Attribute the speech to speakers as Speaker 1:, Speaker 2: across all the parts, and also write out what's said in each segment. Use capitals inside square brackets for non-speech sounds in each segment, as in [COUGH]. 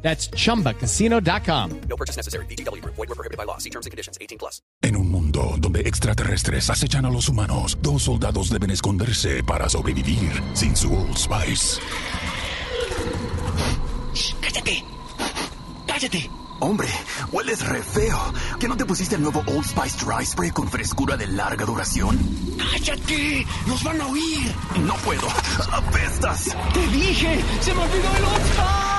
Speaker 1: That's chumbacasino.com.
Speaker 2: No purchase necessary. BGW. Void were prohibited by law. See terms and conditions. 18 plus.
Speaker 3: En un mundo donde extraterrestres acechan a los humanos, dos soldados deben esconderse para sobrevivir sin su Old Spice.
Speaker 4: ¡Cállate! ¡Cállate!
Speaker 5: Hombre, hueles re feo. ¿Que no te pusiste el nuevo Old Spice Dry Spray con frescura de larga duración?
Speaker 4: ¡Cállate! ¡Nos van a oír!
Speaker 5: No puedo. [LAUGHS] ¡Apestas!
Speaker 4: ¡Te dije! ¡Se me olvidó el Old Spice!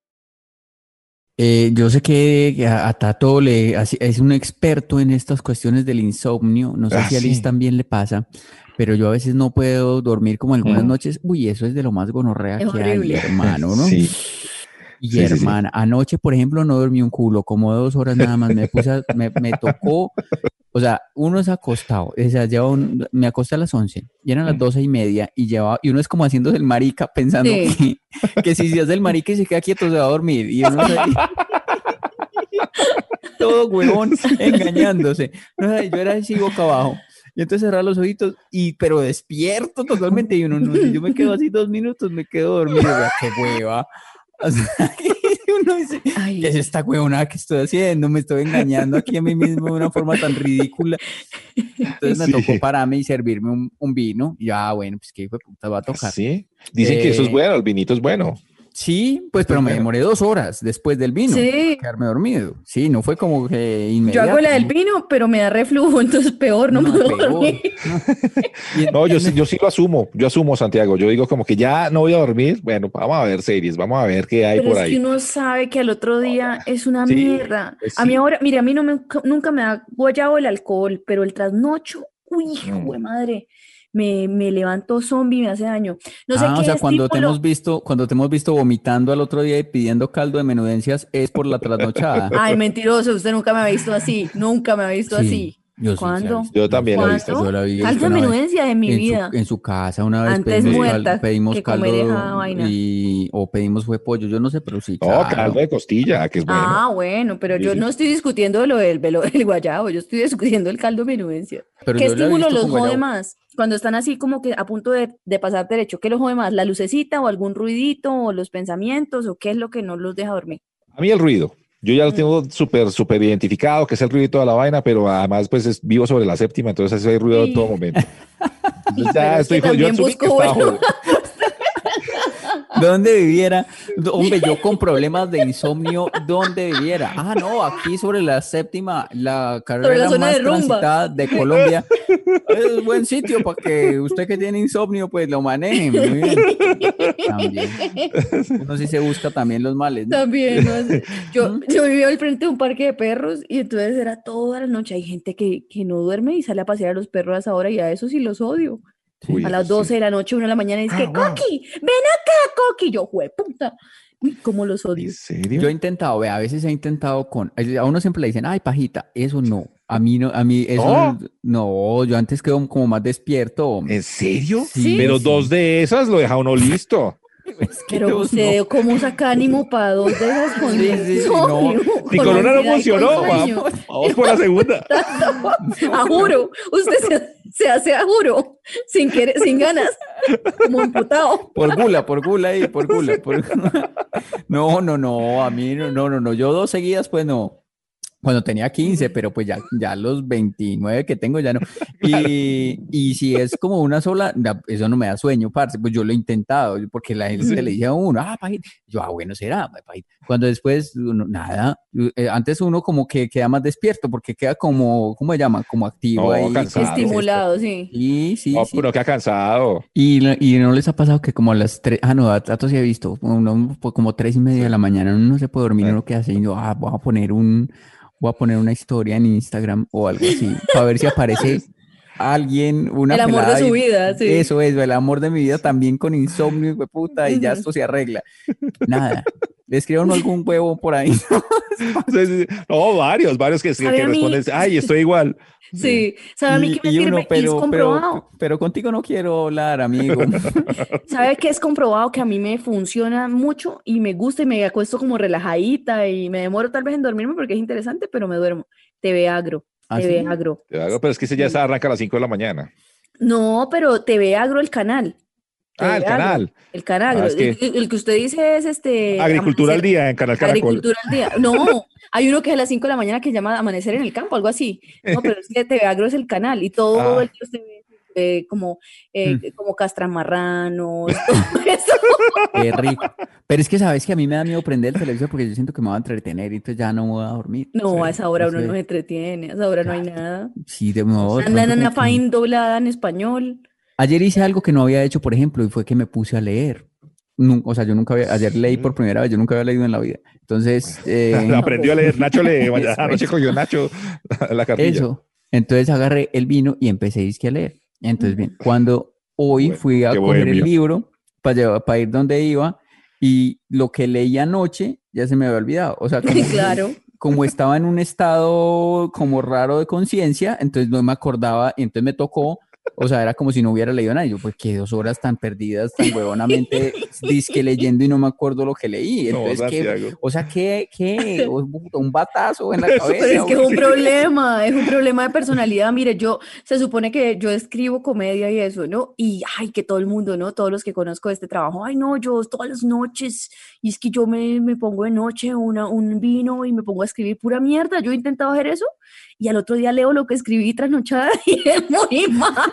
Speaker 6: Eh, yo sé que a, a Tato le, así- es un experto en estas cuestiones del insomnio. No sé
Speaker 7: Ah,
Speaker 6: si a Liz también le pasa, pero yo a veces no puedo dormir como
Speaker 7: Mm.
Speaker 6: algunas noches. Uy, eso es de lo más gonorrea
Speaker 8: Es
Speaker 6: que
Speaker 8: horrible.
Speaker 6: hay, hermano, ¿no?
Speaker 7: Sí.
Speaker 6: Y
Speaker 7: Sí, sí, sí.
Speaker 6: hermana, anoche, por ejemplo, no dormí un culo, como dos horas nada más. Me puse, a- me, me tocó, o sea, uno es acostado, o sea, lleva un- me acosté a las 11 y eran las doce y media y llevaba, y uno es como haciéndose el marica pensando
Speaker 8: Sí.
Speaker 6: que, que si se hace el marica y se queda quieto se va a dormir. Y uno es ahí- [LAUGHS] todo huevón, engañándose. No, ay, yo era así boca abajo. Y entonces cerrar los ojitos, y, pero despierto totalmente. Y uno, no, si yo me quedo así dos minutos, me quedo dormido. Vea, qué hueva. O sea, [LAUGHS] y uno dice,
Speaker 8: Ay,
Speaker 6: ¿qué es esta huevonada que estoy haciendo? Me estoy engañando aquí a mí mismo de una forma tan ridícula. Entonces me
Speaker 7: Sí.
Speaker 6: tocó pararme y servirme un, un vino. Y yo, ah, bueno, pues qué hijo de puta va a tocar. Sí,
Speaker 7: Sí. Dicen que eso es
Speaker 6: Eh,
Speaker 7: bueno, el vinito es bueno.
Speaker 6: pues, pero me demoré dos horas después del vino.
Speaker 8: Sí.
Speaker 6: Quedarme dormido. Sí, no fue como que
Speaker 8: Yo
Speaker 6: inmediato.
Speaker 8: hago la del vino, pero me da reflujo, [LAUGHS] entonces peor, no, puedo
Speaker 6: peor.
Speaker 8: dormir.
Speaker 6: Y
Speaker 7: No, yo,
Speaker 6: entonces-
Speaker 7: sí- yo sí lo asumo. Yo asumo, Santiago. Yo digo como que ya no voy a dormir. Bueno, vamos a ver series, vamos a ver qué hay
Speaker 8: Pero
Speaker 7: por
Speaker 8: es que
Speaker 7: ahí.
Speaker 8: uno sabe que al otro día es una
Speaker 7: Sí,
Speaker 8: mierda.
Speaker 7: pues
Speaker 8: A mí
Speaker 7: sí.
Speaker 8: ahora, mire, a mí no me, nunca me ha guayado el alcohol, pero el trasnocho, uy, hijo de madre, me, me levanto zombie, me hace daño. [LAUGHS] No sé
Speaker 6: ah,
Speaker 8: qué
Speaker 6: o sea,
Speaker 8: es,
Speaker 6: cuando
Speaker 8: tipo
Speaker 6: te
Speaker 8: lo-
Speaker 6: hemos [LAUGHS] visto, cuando te hemos visto vomitando al otro día y pidiendo caldo de menudencias, es por la trasnochada.
Speaker 8: Ay, mentiroso, usted nunca me ha visto así, nunca me ha visto así.
Speaker 6: Yo sí la he
Speaker 8: ¿Cuándo?
Speaker 6: visto.
Speaker 7: Yo también la he visto.
Speaker 8: ¿Cuándo?
Speaker 6: Yo la vi
Speaker 8: Alta
Speaker 6: una vez
Speaker 8: menudencia de mi
Speaker 6: en
Speaker 8: vida.
Speaker 6: Su, en su casa una vez
Speaker 8: Antes
Speaker 6: pedimos,
Speaker 8: muerta
Speaker 6: cal- pedimos
Speaker 8: que comer esa
Speaker 6: caldo
Speaker 8: vaina.
Speaker 6: y, o pedimos fue pollo, yo no sé, pero sí.
Speaker 7: No,
Speaker 6: claro.
Speaker 7: caldo de costilla, que es bueno.
Speaker 8: Ah, bueno, pero
Speaker 7: Sí,
Speaker 8: yo
Speaker 7: sí.
Speaker 8: no estoy discutiendo lo del, velo- el guayabo, yo estoy discutiendo el caldo de menudencia.
Speaker 6: Pero
Speaker 8: ¿Qué
Speaker 6: yo la he
Speaker 8: estímulo
Speaker 6: visto
Speaker 8: los
Speaker 6: con
Speaker 8: jode
Speaker 6: guayabo.
Speaker 8: más? Cuando están así como que a punto de, de pasar derecho, ¿qué los jode más? ¿La lucecita o algún ruidito o los pensamientos o qué es lo que no los deja dormir?
Speaker 7: A mí el ruido. Yo
Speaker 8: Mm.
Speaker 7: ya lo tengo súper, súper identificado, que es el ruidito de la vaina, pero además pues es, vivo sobre la séptima, entonces así hay ruido en todo
Speaker 8: Sí. [LAUGHS]
Speaker 7: momento. Entonces,
Speaker 8: pero
Speaker 7: ya
Speaker 8: es que
Speaker 7: estoy jodido. Yo
Speaker 8: también
Speaker 7: asumí que
Speaker 8: busco
Speaker 7: estaba
Speaker 8: bueno.
Speaker 7: jodido.
Speaker 6: ¿Dónde viviera? Hombre, yo con problemas de insomnio, ¿dónde viviera? Ah, no, aquí sobre la séptima, la carrera
Speaker 8: zona
Speaker 6: más
Speaker 8: de rumba.
Speaker 6: transitada de Colombia. Es un buen sitio para que usted que tiene insomnio, pues lo maneje. Muy
Speaker 8: [LAUGHS]
Speaker 6: bien. También. Uno sí se busca también los males, ¿no?
Speaker 8: [LAUGHS] También, no sé. [LAUGHS] Yo, yo vivía al frente de un parque de perros y entonces era toda la noche. Hay gente que, que no duerme y sale a pasear a los perros a esa hora y a eso sí los odio.
Speaker 7: Uy,
Speaker 8: a las
Speaker 7: eso
Speaker 8: 12
Speaker 7: sí.
Speaker 8: de la noche, una de la mañana, y dice, Coqui, ven acá, Coqui. Yo, jueputa. Uy, cómo los odio.
Speaker 7: ¿En
Speaker 6: Yo he
Speaker 7: serio?
Speaker 6: intentado, ve, a veces he intentado con, a uno siempre le dicen, ay, pajita, eso no, a mí no, a mí eso
Speaker 7: ¿No?
Speaker 6: no, yo antes quedo como más despierto. hombre.
Speaker 7: ¿En serio?
Speaker 6: Sí,
Speaker 7: pero
Speaker 6: sí.
Speaker 7: dos de esas lo deja uno listo.
Speaker 6: Es que
Speaker 8: Pero
Speaker 6: yo
Speaker 8: usted,
Speaker 6: no.
Speaker 8: ¿cómo saca ánimo para dos de esas con
Speaker 6: Sí, sí, sí,
Speaker 8: no,
Speaker 6: no.
Speaker 8: con
Speaker 7: Mi corona no
Speaker 8: ansiedad y con
Speaker 7: funcionó.
Speaker 8: sueño?
Speaker 7: Vamos, vamos por la segunda.
Speaker 8: A juro, usted se, se hace a juro, sin querer, sin ganas, como amputado.
Speaker 6: Por gula, por gula y por [LAUGHS] gula, por gula. No, no, no, a mí no, no, no, no, yo dos seguidas, pues no. Cuando tenía 15, pero pues ya, ya los 29 que tengo ya no. Y, y si es como una sola, na- eso no me da sueño, parce. Pues yo lo he intentado, porque la gente le dice a uno, ah, pajita. Yo, ah, bueno, será, pajita. Cuando después, uno, nada. Eh, antes uno como que queda más despierto, porque queda como, ¿cómo se llama? Como activo
Speaker 7: No,
Speaker 6: ahí.
Speaker 7: cansado. Oh, Claro,
Speaker 8: Estimulado, [LAUGHS] sí.
Speaker 6: Sí, sí,
Speaker 7: No,
Speaker 6: sí.
Speaker 7: pero que ha cansado.
Speaker 6: Y, la- y no les ha pasado que como a las tres, ah, no, a Tato sí he visto, uno, po- como tres y media de la mañana, uno no se puede dormir,
Speaker 7: Sí.
Speaker 6: uno queda haciendo, ah, voy a poner un, voy a poner una historia en Instagram o algo así, para ver si aparece alguien, una
Speaker 8: El amor de
Speaker 6: pelada
Speaker 8: su
Speaker 6: y-
Speaker 8: vida, sí.
Speaker 6: Eso, eso, el amor de mi vida también con insomnio, hijo de puta, y ya esto se arregla. Nada, le escriban algún huevo por
Speaker 8: [LAUGHS]
Speaker 6: ahí.
Speaker 7: Sí, sí, sí. No, varios, varios que,
Speaker 8: Sabe
Speaker 7: que
Speaker 8: a mí.
Speaker 7: responden, ay, estoy igual.
Speaker 8: Sí, ¿sabe a mí
Speaker 6: Y-
Speaker 8: qué me
Speaker 6: y uno,
Speaker 8: sirve? Y es
Speaker 6: pero,
Speaker 8: comprobado.
Speaker 6: pero, pero contigo no quiero hablar,
Speaker 8: [LAUGHS]
Speaker 6: amigo.
Speaker 8: ¿Sabe qué es comprobado? Que a mí me funciona mucho y me gusta y me acuesto como relajadita y me demoro tal vez en dormirme porque es interesante, pero me duermo. TV Agro,
Speaker 6: ¿Ah,
Speaker 8: TV
Speaker 6: sí?
Speaker 8: Agro.
Speaker 7: Te hago, Pero es que ese ya se arranca a las 5 de la mañana.
Speaker 8: No, pero TV Agro el canal.
Speaker 7: Ah, el
Speaker 8: TV Agro,
Speaker 7: canal.
Speaker 8: El canal
Speaker 7: Ah,
Speaker 8: Agro.
Speaker 7: es que-
Speaker 8: El, el que usted dice es este...
Speaker 7: Agricultura al
Speaker 8: Amanecer-
Speaker 7: día en Canal Caracol.
Speaker 8: Agricultura al día. No, hay uno que es a las 5 de la mañana que se llama Amanecer en el Campo, algo así. No, pero es que TV Agro es el canal y todo
Speaker 7: Ah. Mm.
Speaker 8: el que usted ve, eh, como, eh, como
Speaker 7: [LAUGHS]
Speaker 8: castramarranos, todo eso.
Speaker 6: Qué rico. Pero es que sabes que a mí me da miedo prender el televisor porque yo siento que me va a entretener y entonces ya no voy a dormir.
Speaker 8: No, a esa hora uno
Speaker 6: Entonces,
Speaker 8: no se entretiene, a esa hora no hay nada.
Speaker 6: Sí, de modo. de
Speaker 8: Andan
Speaker 6: pronto
Speaker 8: en una
Speaker 6: como que-
Speaker 8: fine doblada en español. [LAUGHS]
Speaker 6: Ayer hice algo que no había hecho, por ejemplo, y fue que me puse a leer. Nun- o sea, yo nunca había, ayer leí por primera vez, yo nunca había leído en la vida.
Speaker 8: [LAUGHS]
Speaker 6: Entonces, eh,
Speaker 7: Aprendió a leer. Nacho le
Speaker 6: Eso,
Speaker 7: anoche
Speaker 6: eso.
Speaker 7: cogió [LAUGHS] Nacho [LAUGHS] la cartilla.
Speaker 6: eso. Entonces agarré el vino y empecé dizque, a leer. Entonces, bien, cuando hoy
Speaker 7: Bueno,
Speaker 6: fui a
Speaker 7: qué
Speaker 6: coger el
Speaker 7: bohemio.
Speaker 6: libro para, para ir donde iba y lo que leí anoche ya se me había olvidado. O
Speaker 8: [LAUGHS]
Speaker 6: sea, como que-
Speaker 8: Claro.
Speaker 6: como estaba en un estado como raro de conciencia, entonces no me acordaba, y entonces me tocó, o sea, era como si no hubiera leído nada. Y yo, pues, qué dos horas tan perdidas, tan huevonamente, disque leyendo y no me acuerdo lo que leí.
Speaker 7: No,
Speaker 6: Entonces, ¿qué-
Speaker 7: Santiago.
Speaker 6: o sea, ¿qué? ¿Qué? O- Un batazo en la cabeza.
Speaker 8: Pero es que es
Speaker 6: o
Speaker 8: un problema, es un problema de personalidad. Mire, yo se supone que yo escribo comedia y eso, ¿no? Y ay, que todo el mundo, ¿no? Todos los que conozco de este trabajo, ay, no, yo todas las noches, y es que yo me, me pongo de noche una, un vino y me pongo a escribir pura mierda. Yo he intentado hacer eso y al otro día leo lo que escribí trasnochada [LAUGHS] y es muy
Speaker 7: [LAUGHS]
Speaker 8: malo.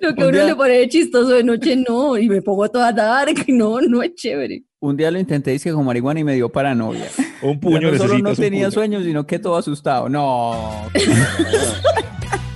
Speaker 8: lo que a
Speaker 6: Un
Speaker 8: uno
Speaker 6: día-
Speaker 8: le parece chistoso de noche, no, y me pongo toda dark, [LAUGHS] no, no es chévere.
Speaker 6: [LAUGHS] Un día lo intenté, dice, con marihuana y me dio paranoia.
Speaker 7: Un
Speaker 6: Ya
Speaker 7: puño
Speaker 6: no solo no
Speaker 7: necesitas, un
Speaker 6: tenía
Speaker 7: puño.
Speaker 6: sueños, sino que todo asustado. No.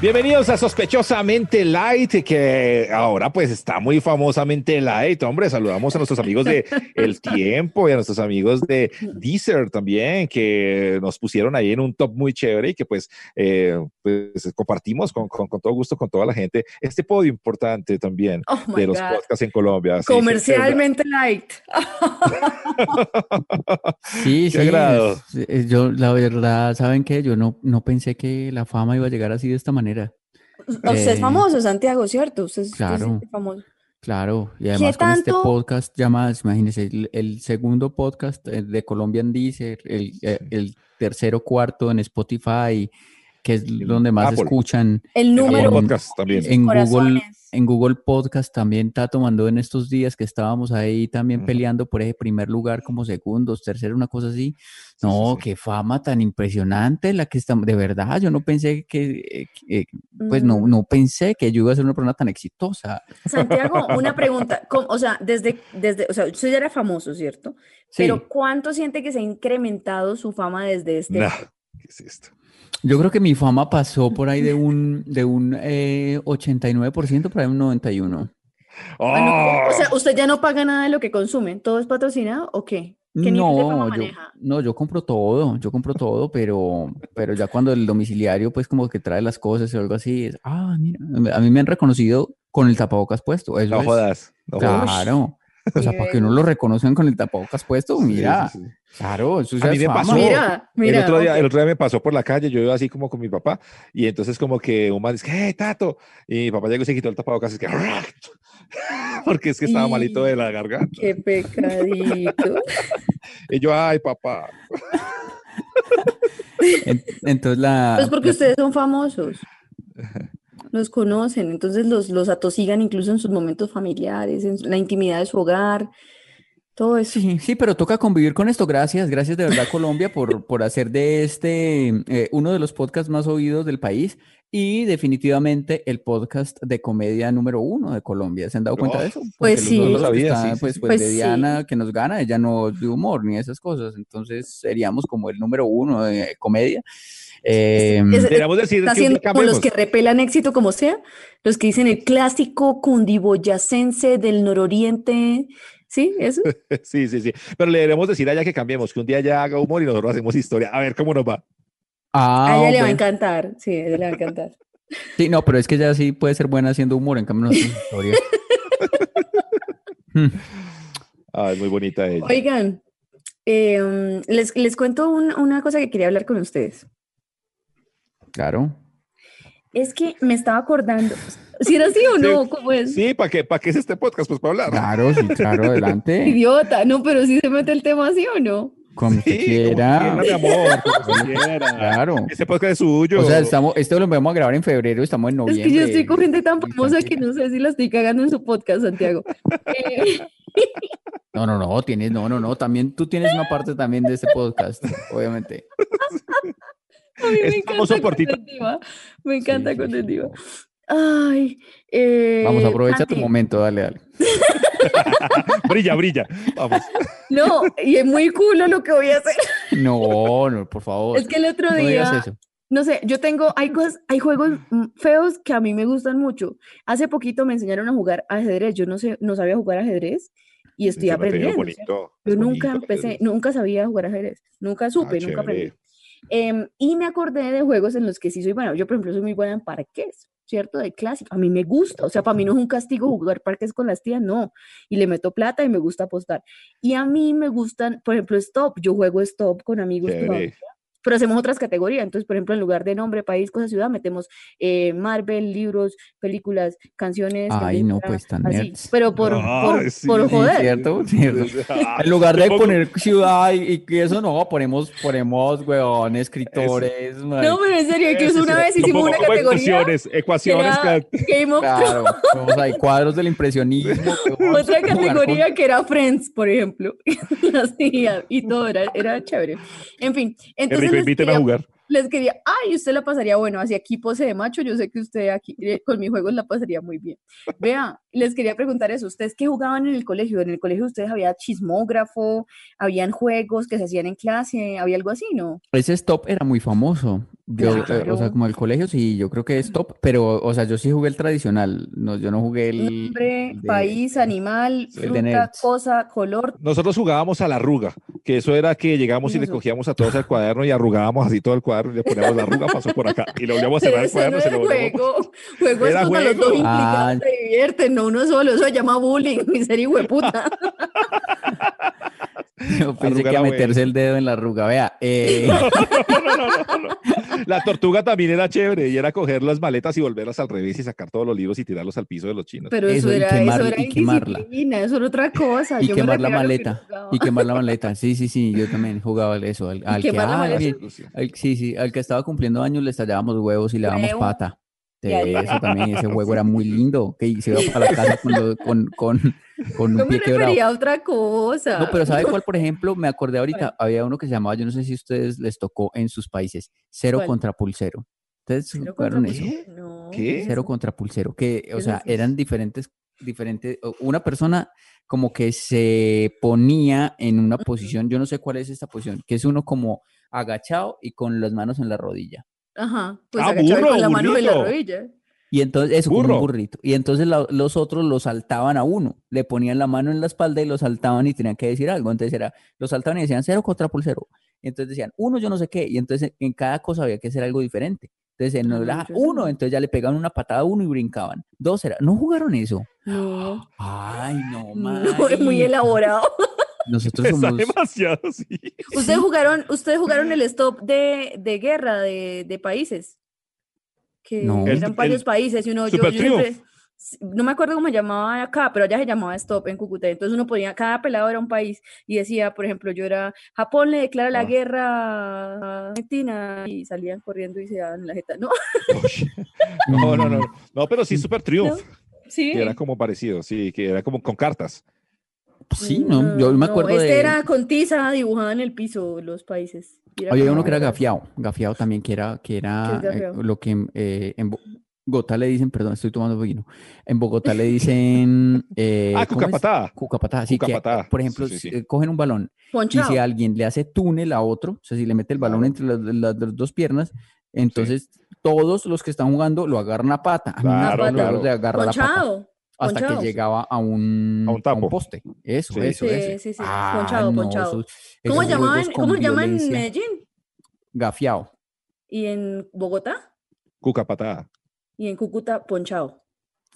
Speaker 7: Bienvenidos a Sospechosamente Light, que ahora pues está muy famosamente Light. Hombre, saludamos a nuestros amigos de
Speaker 8: [LAUGHS]
Speaker 7: El Tiempo y a nuestros amigos de Deezer también, que nos pusieron ahí en un top muy chévere y que pues, eh, pues compartimos con, con- con todo gusto con toda la gente este podio importante también
Speaker 8: Oh my
Speaker 7: de los
Speaker 8: God.
Speaker 7: podcasts en Colombia. Sí, qué
Speaker 8: Comercialmente light.
Speaker 6: Sí,
Speaker 7: Qué
Speaker 6: sí.
Speaker 7: agrado.
Speaker 6: es- es- yo, la verdad, ¿saben qué? Yo no, no pensé que la fama iba a llegar así de esta manera.
Speaker 8: Usted es
Speaker 6: Eh,
Speaker 8: famoso, Santiago, ¿cierto? Usted es, usted se
Speaker 6: claro.
Speaker 8: siente famoso.
Speaker 6: Claro, y además con este
Speaker 8: tanto?
Speaker 6: podcast ya más, imagínense, el, el segundo podcast eh, de Colombian Deezer, el, eh, el tercero, cuarto en Spotify, que es
Speaker 7: En
Speaker 6: donde más
Speaker 7: Apple.
Speaker 6: escuchan,
Speaker 8: El
Speaker 7: Apple
Speaker 8: número uno
Speaker 7: Podcast también.
Speaker 8: sus
Speaker 6: en Google- eh,
Speaker 8: corazones.
Speaker 6: en Google Podcast también Tato mandó en estos días que estábamos ahí también
Speaker 7: Ujú.
Speaker 6: peleando por ese primer lugar como segundos, tercero, una cosa así. No,
Speaker 7: sí.
Speaker 6: qué fama tan impresionante la que estamos, de verdad, yo no pensé que, eh, que- pues no,
Speaker 8: Mm.
Speaker 6: no pensé que yo iba a ser una persona tan exitosa.
Speaker 8: Santiago, una pregunta. ¿Cómo- o sea, desde, desde, o sea, usted ya era famoso, ¿cierto?
Speaker 6: Sí,
Speaker 8: Pero ¿cuánto siente que se ha incrementado su fama desde este?
Speaker 7: Nah, ¿qué es esto?
Speaker 6: yo creo que mi fama pasó por ahí de un, de un eh, 89% para un 91%.
Speaker 8: Bueno,
Speaker 7: ¡Oh!
Speaker 8: o sea, usted ya Ah, no paga nada de lo que consume. ¿Todo es patrocinado o qué? ¿Qué nivel de fama
Speaker 6: No, yo,
Speaker 8: maneja?
Speaker 6: no, yo compro todo, yo compro todo, pero, pero ya cuando el domiciliario pues como que trae las cosas o algo así, es, ah, mira, a mí me han reconocido con el tapabocas puesto, eso
Speaker 7: no
Speaker 6: es,
Speaker 7: jodas. No jodas.
Speaker 6: claro, o sea, para que uno
Speaker 8: Nivel.
Speaker 6: lo reconozcan con el tapabocas puesto,
Speaker 7: Sí, sí,
Speaker 6: mira,
Speaker 7: sí.
Speaker 6: claro, eso
Speaker 7: A
Speaker 6: ya
Speaker 7: mí
Speaker 6: es
Speaker 7: me
Speaker 6: fama.
Speaker 7: pasó.
Speaker 8: Mira, mira.
Speaker 7: el, otro día,
Speaker 8: ok.
Speaker 7: el otro día me pasó por la calle, yo iba así como con mi papá, y entonces como que un man dice, ¡eh, Tato! Y mi papá llegó y se quitó el tapabocas, y es que, "Rack". [LAUGHS] porque es que estaba
Speaker 8: Y-
Speaker 7: malito de la garganta.
Speaker 8: Qué pecadito.
Speaker 7: Y yo, ay, papá.
Speaker 6: En- Entonces la...
Speaker 8: Pues porque ustedes
Speaker 7: [LAUGHS]
Speaker 8: son famosos. Los conocen, entonces los, los atosigan incluso en sus momentos familiares, en su- la intimidad de su hogar, todo eso.
Speaker 6: Sí, sí, pero toca convivir con esto. Gracias, gracias de verdad Colombia por, por hacer de este eh, uno de los podcasts más oídos del país y definitivamente el podcast de comedia número uno de Colombia. ¿Se han dado cuenta de eso? Porque
Speaker 8: Pues
Speaker 6: los
Speaker 8: sí.
Speaker 6: dos
Speaker 8: No lo
Speaker 6: que
Speaker 7: sabía, Oh, sí, sí,
Speaker 6: pues,
Speaker 7: sí.
Speaker 6: pues,
Speaker 8: Pues
Speaker 6: de
Speaker 8: sí.
Speaker 6: Diana que nos gana, ella no es de humor ni esas cosas, entonces seríamos como el número uno de comedia. Eh,
Speaker 8: Es-
Speaker 7: Deberíamos decir
Speaker 8: Está
Speaker 7: pues que un
Speaker 8: haciendo
Speaker 7: día
Speaker 8: con los
Speaker 7: cambiemos.
Speaker 8: que repelan éxito como sea, los que dicen el clásico cundiboyacense del nororiente, ¿sí?
Speaker 7: [LAUGHS]
Speaker 8: Eso.
Speaker 7: Sí, sí, sí. Pero le debemos decir a ella que cambiemos, que un día ya haga humor y nosotros hacemos historia. A ver cómo nos va.
Speaker 6: ah,
Speaker 8: a ella le va a
Speaker 6: bueno.
Speaker 8: encantar, sí, a ella le va a
Speaker 7: [LAUGHS]
Speaker 8: encantar.
Speaker 6: Sí, no, pero es que ella sí puede ser buena haciendo humor, en cambio nosotros
Speaker 8: [LAUGHS]
Speaker 6: historia. Hmm.
Speaker 7: Ah, es muy bonita ella.
Speaker 8: Oigan, em, les, les cuento un- una cosa que quería hablar con ustedes.
Speaker 6: Claro.
Speaker 8: Es que me estaba acordando, si era así o no, ¿cómo es?
Speaker 7: Sí, ¿para qué, ¿para qué es este podcast? Pues para hablar.
Speaker 6: Claro, sí, claro, adelante.
Speaker 8: [LAUGHS] Idiota, no, pero si se mete el tema así o no.
Speaker 6: Como
Speaker 7: Sí,
Speaker 6: usted
Speaker 7: como
Speaker 6: quiera.
Speaker 7: quiera, mi amor, como
Speaker 8: [LAUGHS]
Speaker 6: Como usted
Speaker 7: quiera.
Speaker 6: Claro.
Speaker 7: Este podcast [LAUGHS] es suyo.
Speaker 6: O sea, estamos, esto lo vamos a grabar en febrero, estamos en
Speaker 8: Es
Speaker 6: noviembre.
Speaker 8: que yo estoy con gente tan
Speaker 6: Luis,
Speaker 8: famosa que
Speaker 6: tranquila.
Speaker 8: no sé si la estoy cagando en su podcast,
Speaker 6: [LAUGHS]
Speaker 8: Santiago. Eh, [LAUGHS]
Speaker 6: No, no, no, tienes, no, no, no, también tú tienes una parte también de este podcast, obviamente.
Speaker 8: a mí
Speaker 7: Es
Speaker 8: me
Speaker 7: famoso
Speaker 8: encanta
Speaker 7: por ti.
Speaker 8: cuando es diva, [LAUGHS] me encanta
Speaker 6: Sí, sí,
Speaker 8: cuando
Speaker 6: sí,
Speaker 8: es diva.
Speaker 6: no.
Speaker 8: Ay,
Speaker 6: Vamos,
Speaker 8: eh,
Speaker 6: aprovecha tu
Speaker 8: Santi,
Speaker 6: momento, dale, dale.
Speaker 7: brilla, brilla. Vamos.
Speaker 8: No, y es muy culo lo que voy a hacer.
Speaker 6: No, no, por favor.
Speaker 8: Es que el otro
Speaker 6: no digas
Speaker 8: día,
Speaker 6: eso.
Speaker 8: no sé, yo tengo, hay cosas, hay juegos mm, feos que a mí me gustan mucho. Hace poquito me enseñaron a jugar ajedrez, yo no sé, no sabía jugar ajedrez y estoy
Speaker 7: Este material
Speaker 8: aprendiendo. o sea,
Speaker 7: bonito,
Speaker 8: Yo
Speaker 7: es
Speaker 8: nunca
Speaker 7: bonito,
Speaker 8: empecé,
Speaker 7: es-
Speaker 8: nunca sabía jugar ajedrez, nunca supe,
Speaker 7: Ah,
Speaker 8: nunca aprendí.
Speaker 7: chévere.
Speaker 8: Em, y me acordé de juegos en los que sí soy buena. Yo, por ejemplo, soy muy buena en parques, ¿cierto? De clásico. A mí me gusta, o sea, para mí no es un castigo jugar parques con las tías, no. Y le meto plata y me gusta apostar. Y a mí me gustan, por ejemplo, stop. Yo juego stop con amigos. toda-
Speaker 7: Chévere.
Speaker 8: pero hacemos otras categorías. Entonces, por ejemplo, en lugar de nombre, país, cosa, ciudad, metemos eh, Marvel, libros, películas, canciones.
Speaker 6: Ay, no,
Speaker 8: película,
Speaker 6: pues, tan
Speaker 8: así.
Speaker 6: nerds.
Speaker 8: Pero por,
Speaker 7: Ah,
Speaker 6: [LAUGHS]
Speaker 8: por,
Speaker 7: sí,
Speaker 8: por
Speaker 7: sí,
Speaker 8: joder.
Speaker 6: ¿Cierto? ¿Cierto?
Speaker 7: [LAUGHS]
Speaker 8: [LAUGHS]
Speaker 7: Ah,
Speaker 6: En lugar de
Speaker 7: yo pongo-
Speaker 6: poner ciudad y, y que eso no, ponemos, ponemos, weón, escritores.
Speaker 8: No, pero en serio,
Speaker 7: Eh, Sí,
Speaker 8: incluso
Speaker 7: sí,
Speaker 8: una
Speaker 7: sí.
Speaker 8: vez
Speaker 7: Yo
Speaker 8: hicimos
Speaker 7: pongo-
Speaker 8: una
Speaker 7: pongo
Speaker 8: categoría.
Speaker 7: Ecuaciones, ecuaciones.
Speaker 8: que era
Speaker 7: ca-
Speaker 8: Game of Thrones.
Speaker 6: Claro, vamos ahí, cuadros del impresionismo. weón,
Speaker 8: [LAUGHS] Otra
Speaker 6: [LAUGHS] jugar con-
Speaker 8: categoría que era Friends, por ejemplo. [LAUGHS] Así, y todo era, era chévere. En fin, [LAUGHS]
Speaker 7: Enrico,
Speaker 8: entonces les
Speaker 7: invíteme
Speaker 8: quería,
Speaker 7: a jugar.
Speaker 8: les quería, ay, usted la pasaría bueno, así aquí pose de macho, yo sé que usted aquí eh, con mis juegos la pasaría muy bien. Vea, les quería preguntar eso, ¿ustedes qué jugaban en el colegio? ¿En el colegio ustedes había chismógrafo, habían juegos que se hacían en clase, había algo así, no?
Speaker 6: Ese stop era muy famoso. Yo, eh, o sea,
Speaker 8: Claro.
Speaker 6: como el colegio, sí, yo creo que stop, pero, o sea, yo sí jugué el tradicional. No, yo no jugué el,
Speaker 8: Nombre,
Speaker 6: el de- [LAUGHS]
Speaker 8: país, animal,
Speaker 6: el de
Speaker 8: fruta,
Speaker 6: nerds.
Speaker 8: cosa, color,
Speaker 7: Nosotros jugábamos a la arruga, que eso era que llegamos y le
Speaker 8: Eso.
Speaker 7: cogíamos a todos al cuaderno y arrugábamos así todo el cuaderno y le poníamos la arruga, pasó por acá y lo volvíamos a
Speaker 8: Pero
Speaker 7: cerrar el
Speaker 8: eso no
Speaker 7: cuaderno y se
Speaker 8: es
Speaker 7: lo volvíamos.
Speaker 8: juego. Juego es
Speaker 7: Era
Speaker 8: cuando los dos
Speaker 7: juego.
Speaker 6: Ah.
Speaker 8: implicados se divierten, no uno solo. Eso se llama bullying, [LAUGHS] miseria hueputa.
Speaker 6: [LAUGHS] Yo pensé
Speaker 7: Arruga
Speaker 6: que a
Speaker 7: la
Speaker 6: meterse el dedo en la arruga. Vea,
Speaker 8: [LAUGHS]
Speaker 6: eh,
Speaker 7: No, no, no, no, no. La tortuga también era chévere y era coger las maletas y volverlas al revés y sacar todos los libros y tirarlos al piso de los chinos.
Speaker 8: Pero
Speaker 6: Eso,
Speaker 8: eso,
Speaker 6: y
Speaker 8: era,
Speaker 6: quemar-
Speaker 8: eso era
Speaker 6: y quemarla.
Speaker 8: indisciplina, eso era otra
Speaker 6: [LAUGHS]
Speaker 8: cosa.
Speaker 6: y
Speaker 8: Yo me
Speaker 6: quemar la
Speaker 8: refiero a lo que
Speaker 6: maleta.
Speaker 8: jugaba.
Speaker 6: Y quemar la maleta. Sí, sí, sí, yo también jugaba el
Speaker 8: [LAUGHS]
Speaker 6: eso. Al, al que,
Speaker 8: quemar la
Speaker 6: ah,
Speaker 8: maleta?
Speaker 6: bien, al- sí, sí, al que estaba cumpliendo años le estallábamos huevos y le dábamos
Speaker 8: Huevo.
Speaker 6: pata.
Speaker 8: Y harina. [LAUGHS]
Speaker 6: Eso también, ese juego era muy lindo, que se iba para la casa con, lo- con, con, con
Speaker 8: Yo
Speaker 6: un
Speaker 8: me
Speaker 6: pie quebrado.
Speaker 8: refería a otra cosa.
Speaker 6: No, pero ¿sabe cuál, por ejemplo? Me
Speaker 8: [LAUGHS]
Speaker 6: acordé ahorita, había uno que se llamaba, yo no sé si a ustedes les tocó en sus países, cero
Speaker 8: ¿Cuál?
Speaker 6: contra pulsero. Ustedes
Speaker 8: Cero
Speaker 6: jugaron
Speaker 8: contra-
Speaker 6: eso,
Speaker 8: No,
Speaker 7: ¿Qué?
Speaker 8: es
Speaker 6: cero
Speaker 8: eso?
Speaker 6: contra pulsero, que, o
Speaker 8: es
Speaker 6: sea,
Speaker 8: eso?
Speaker 6: eran diferentes, diferentes, o- una persona como que se ponía en una posición, yo no sé cuál es esta posición, que es uno como agachado y con las manos en la rodilla.
Speaker 8: Ajá. Pues
Speaker 7: Ah,
Speaker 8: agachado y
Speaker 7: burro,
Speaker 8: con la mano en la
Speaker 7: burrito.
Speaker 8: rodilla.
Speaker 6: Y entonces, eso, como un
Speaker 7: Burro.
Speaker 6: burrito. Y entonces la- los otros lo saltaban a uno, le ponían la mano en la espalda y lo saltaban y tenían que decir algo. Entonces era, lo saltaban y decían cero contra pulsero. Y entonces decían uno, yo no sé qué. Y entonces en cada cosa había que hacer algo diferente. Entonces en
Speaker 8: Ah,
Speaker 6: el- ah,
Speaker 8: yo eso
Speaker 6: uno,
Speaker 8: no.
Speaker 6: entonces ya le pegaban una patada a uno y brincaban. Dos era, no jugaron eso.
Speaker 8: No,
Speaker 6: Ah, Ay, no,
Speaker 8: [LAUGHS] no, es muy
Speaker 6: Mari.
Speaker 8: elaborado.
Speaker 6: Nosotros
Speaker 7: Está
Speaker 6: somos.
Speaker 7: demasiado, sí.
Speaker 8: Ustedes jugaron, ustedes jugaron el stop de, de guerra de, de países. Que
Speaker 6: No. El-
Speaker 8: eran
Speaker 7: el
Speaker 8: varios países y uno yo, yo
Speaker 7: Supertriunf.
Speaker 8: siempre no me acuerdo cómo llamaba acá, pero allá se llamaba Stop en Cúcuta. Entonces uno ponía, cada pelado era un país y decía, por ejemplo, yo era, Japón le declara
Speaker 6: Ah.
Speaker 8: la guerra a Argentina y salían corriendo y se daban la jeta. No, [LAUGHS]
Speaker 7: [LAUGHS] No, no,
Speaker 6: Mm,
Speaker 7: no. No, pero sí, Super Triumph.
Speaker 8: sí.
Speaker 7: Que era como parecido, sí, que era como con cartas.
Speaker 6: Sí, no, yo me
Speaker 8: Mm, no,
Speaker 6: acuerdo
Speaker 8: este
Speaker 6: de...
Speaker 8: era con tiza dibujada en el piso, los países. Y era
Speaker 6: Había
Speaker 7: Ah,
Speaker 8: como-
Speaker 6: uno que era gafiao, gafiao también, que era, que era
Speaker 8: ¿Qué es
Speaker 6: eh,
Speaker 8: gafiao?
Speaker 6: lo que eh, en Bogotá le dicen, perdón, estoy tomando vino. En Bogotá
Speaker 8: [LAUGHS]
Speaker 6: le dicen. Eh,
Speaker 7: Ah,
Speaker 6: ¿cómo es?
Speaker 7: cucapatada.
Speaker 6: Cucapatada, sí, que,
Speaker 7: Cucapatada,
Speaker 6: por ejemplo,
Speaker 7: sí, sí,
Speaker 6: si, eh, cogen un balón y
Speaker 8: Ponchado.
Speaker 6: si alguien le hace túnel a otro, o sea, si le mete el balón entre las, las- las dos piernas, entonces todos los que están jugando lo agarran a pata. A mí me
Speaker 7: Claro,
Speaker 6: tocó jugar
Speaker 8: claro.
Speaker 6: de agarrar la pata.
Speaker 8: Ponchado.
Speaker 6: Hasta
Speaker 8: ponchados.
Speaker 6: que llegaba a un,
Speaker 7: A un tapo.
Speaker 6: poste. Eso,
Speaker 7: Sí.
Speaker 6: eso,
Speaker 8: Sí,
Speaker 6: eso.
Speaker 8: sí, sí.
Speaker 6: Ah,
Speaker 8: Ponchado,
Speaker 6: no,
Speaker 8: ponchado.
Speaker 6: esos-
Speaker 8: ¿Cómo
Speaker 6: esos
Speaker 8: llamaban,
Speaker 6: juegos con
Speaker 8: ¿cómo llamaban en
Speaker 6: violencia.
Speaker 8: Medellín?
Speaker 6: Gafiao.
Speaker 8: ¿Y en Bogotá?
Speaker 7: Cuca patada.
Speaker 8: ¿Y en Cúcuta? Ponchado.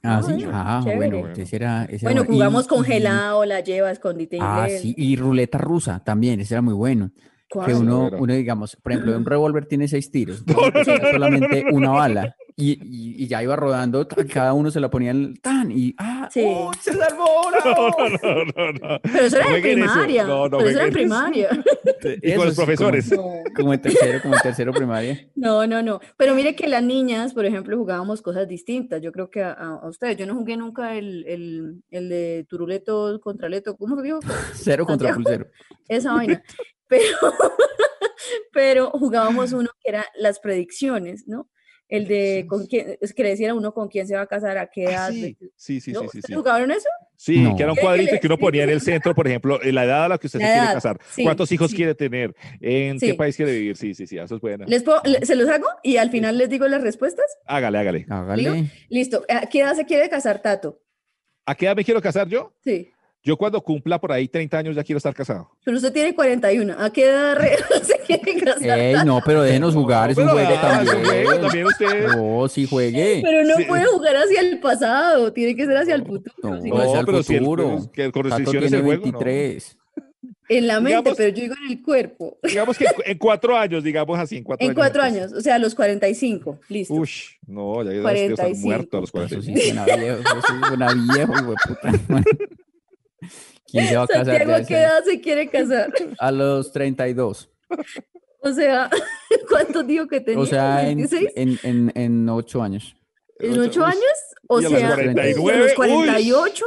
Speaker 6: Ah,
Speaker 8: Ah,
Speaker 6: sí.
Speaker 8: bueno,
Speaker 6: Ah,
Speaker 8: chévere.
Speaker 6: bueno, entonces era, ese era
Speaker 8: Bueno,
Speaker 6: bueno. Y-
Speaker 8: jugamos
Speaker 6: y-
Speaker 8: congelado, la lleva, escondite
Speaker 6: Ah,
Speaker 8: inglés.
Speaker 6: sí, y ruleta rusa también, ese era muy bueno.
Speaker 8: ¿Cuál?
Speaker 6: Que uno,
Speaker 7: Claro.
Speaker 6: uno, digamos, por ejemplo,
Speaker 7: [CLEARS THROAT]
Speaker 6: un revólver tiene seis tiros, entonces tenía solamente una bala. Y, y- y ya iba rodando, ta, cada uno se la ponía en el tan y ¡ah!
Speaker 8: Sí.
Speaker 6: ¡Uy, se salvó! ¡bravo!
Speaker 7: [LAUGHS] [LAUGHS] No, no,
Speaker 6: [LAUGHS]
Speaker 7: no.
Speaker 8: Pero eso era en
Speaker 7: Jueguen eso.
Speaker 8: primaria.
Speaker 7: No, no
Speaker 8: pero eso era
Speaker 7: jueguen
Speaker 8: en
Speaker 7: eso.
Speaker 8: primaria.
Speaker 7: [LAUGHS]
Speaker 8: [LAUGHS]
Speaker 7: Y
Speaker 6: Eso
Speaker 7: con los
Speaker 6: sí, como-
Speaker 7: profesores.
Speaker 8: No.
Speaker 6: Como en tercero, como en tercero primaria.
Speaker 8: No, no, no. Pero mire que las niñas, por ejemplo, jugábamos cosas distintas. Yo creo que a, a- a ustedes, yo no jugué nunca el, el, el de Turuleto contra Leto, ¿cómo que digo?
Speaker 6: Cero contra
Speaker 8: Santiago.
Speaker 6: pulsero.
Speaker 7: [LAUGHS]
Speaker 8: Esa vaina. Pero, [LAUGHS] pero jugábamos uno que era las predicciones, ¿no? El de con quién, es que le decían a uno con quién se va a casar, a qué edad.
Speaker 7: Ah, sí, sí, sí,
Speaker 8: ¿no?
Speaker 7: sí, sí,
Speaker 8: ¿Ustedes
Speaker 7: sí.
Speaker 8: jugaron eso?
Speaker 7: Sí,
Speaker 6: No.
Speaker 7: que era un
Speaker 8: ¿Quiere que
Speaker 7: cuadrito
Speaker 8: le
Speaker 7: que uno ponía en el
Speaker 8: explique?
Speaker 7: centro, por ejemplo, eh, la edad a la que usted
Speaker 8: La
Speaker 7: se quiere
Speaker 8: edad,
Speaker 7: casar,
Speaker 8: sí,
Speaker 7: cuántos hijos
Speaker 8: sí.
Speaker 7: quiere tener, en
Speaker 8: Sí.
Speaker 7: qué país quiere vivir. Sí, sí, sí, eso es bueno.
Speaker 8: ¿Les puedo- le- ¿Se los hago? Y al final les digo las respuestas.
Speaker 7: Hágale, hágale.
Speaker 6: Hágale.
Speaker 8: Listo. ¿A qué edad se quiere casar Tato?
Speaker 7: ¿A qué edad me quiero casar yo?
Speaker 8: Sí.
Speaker 7: Yo cuando cumpla por ahí 30 años ya quiero estar casado.
Speaker 8: Pero usted tiene 41. ¿A qué edad [LAUGHS] re- se quiere casar?
Speaker 7: Eh,
Speaker 6: Ey, no, pero déjenos jugar, es un
Speaker 7: Pero,
Speaker 6: juego
Speaker 7: ah, es un juego
Speaker 6: también.
Speaker 7: también usted.
Speaker 6: No, sí juegue.
Speaker 8: Pero no
Speaker 7: Sí.
Speaker 8: puede jugar hacia el pasado, tiene que ser hacia el futuro.
Speaker 6: no,
Speaker 8: si
Speaker 6: no,
Speaker 8: no-
Speaker 6: es al
Speaker 7: pero si el
Speaker 6: futuro.
Speaker 7: juego es que con
Speaker 6: Tato
Speaker 7: restricciones
Speaker 6: tiene
Speaker 7: el juego, no.
Speaker 6: 23.
Speaker 8: en la mente,
Speaker 7: digamos-
Speaker 8: pero yo digo en el cuerpo.
Speaker 7: Digamos que en cuatro años, digamos así, en cuatro
Speaker 8: En
Speaker 7: años.
Speaker 8: cuatro años, o sea, a los 45. Listo.
Speaker 7: Uy, no, ya yo debo estar
Speaker 8: 45.
Speaker 7: muerto a los
Speaker 6: Pues Eso
Speaker 7: 45.
Speaker 6: sí suena viejo, eso sí suena viejo, hijueputa. ¿Quién se va a casar
Speaker 8: Santiago,
Speaker 6: ya este
Speaker 8: ¿a qué edad se quiere casar? [LAUGHS]
Speaker 6: a los 32?
Speaker 8: O sea, [LAUGHS] ¿cuántos dijo que tenía?
Speaker 6: O sea, en, eh,
Speaker 8: ¿26?
Speaker 6: en, en, en ocho años.
Speaker 8: ¿En ocho
Speaker 7: Uy,
Speaker 8: años? O
Speaker 7: y a los
Speaker 8: sea, uy, a
Speaker 7: 49,
Speaker 8: los
Speaker 7: uy.
Speaker 8: 48.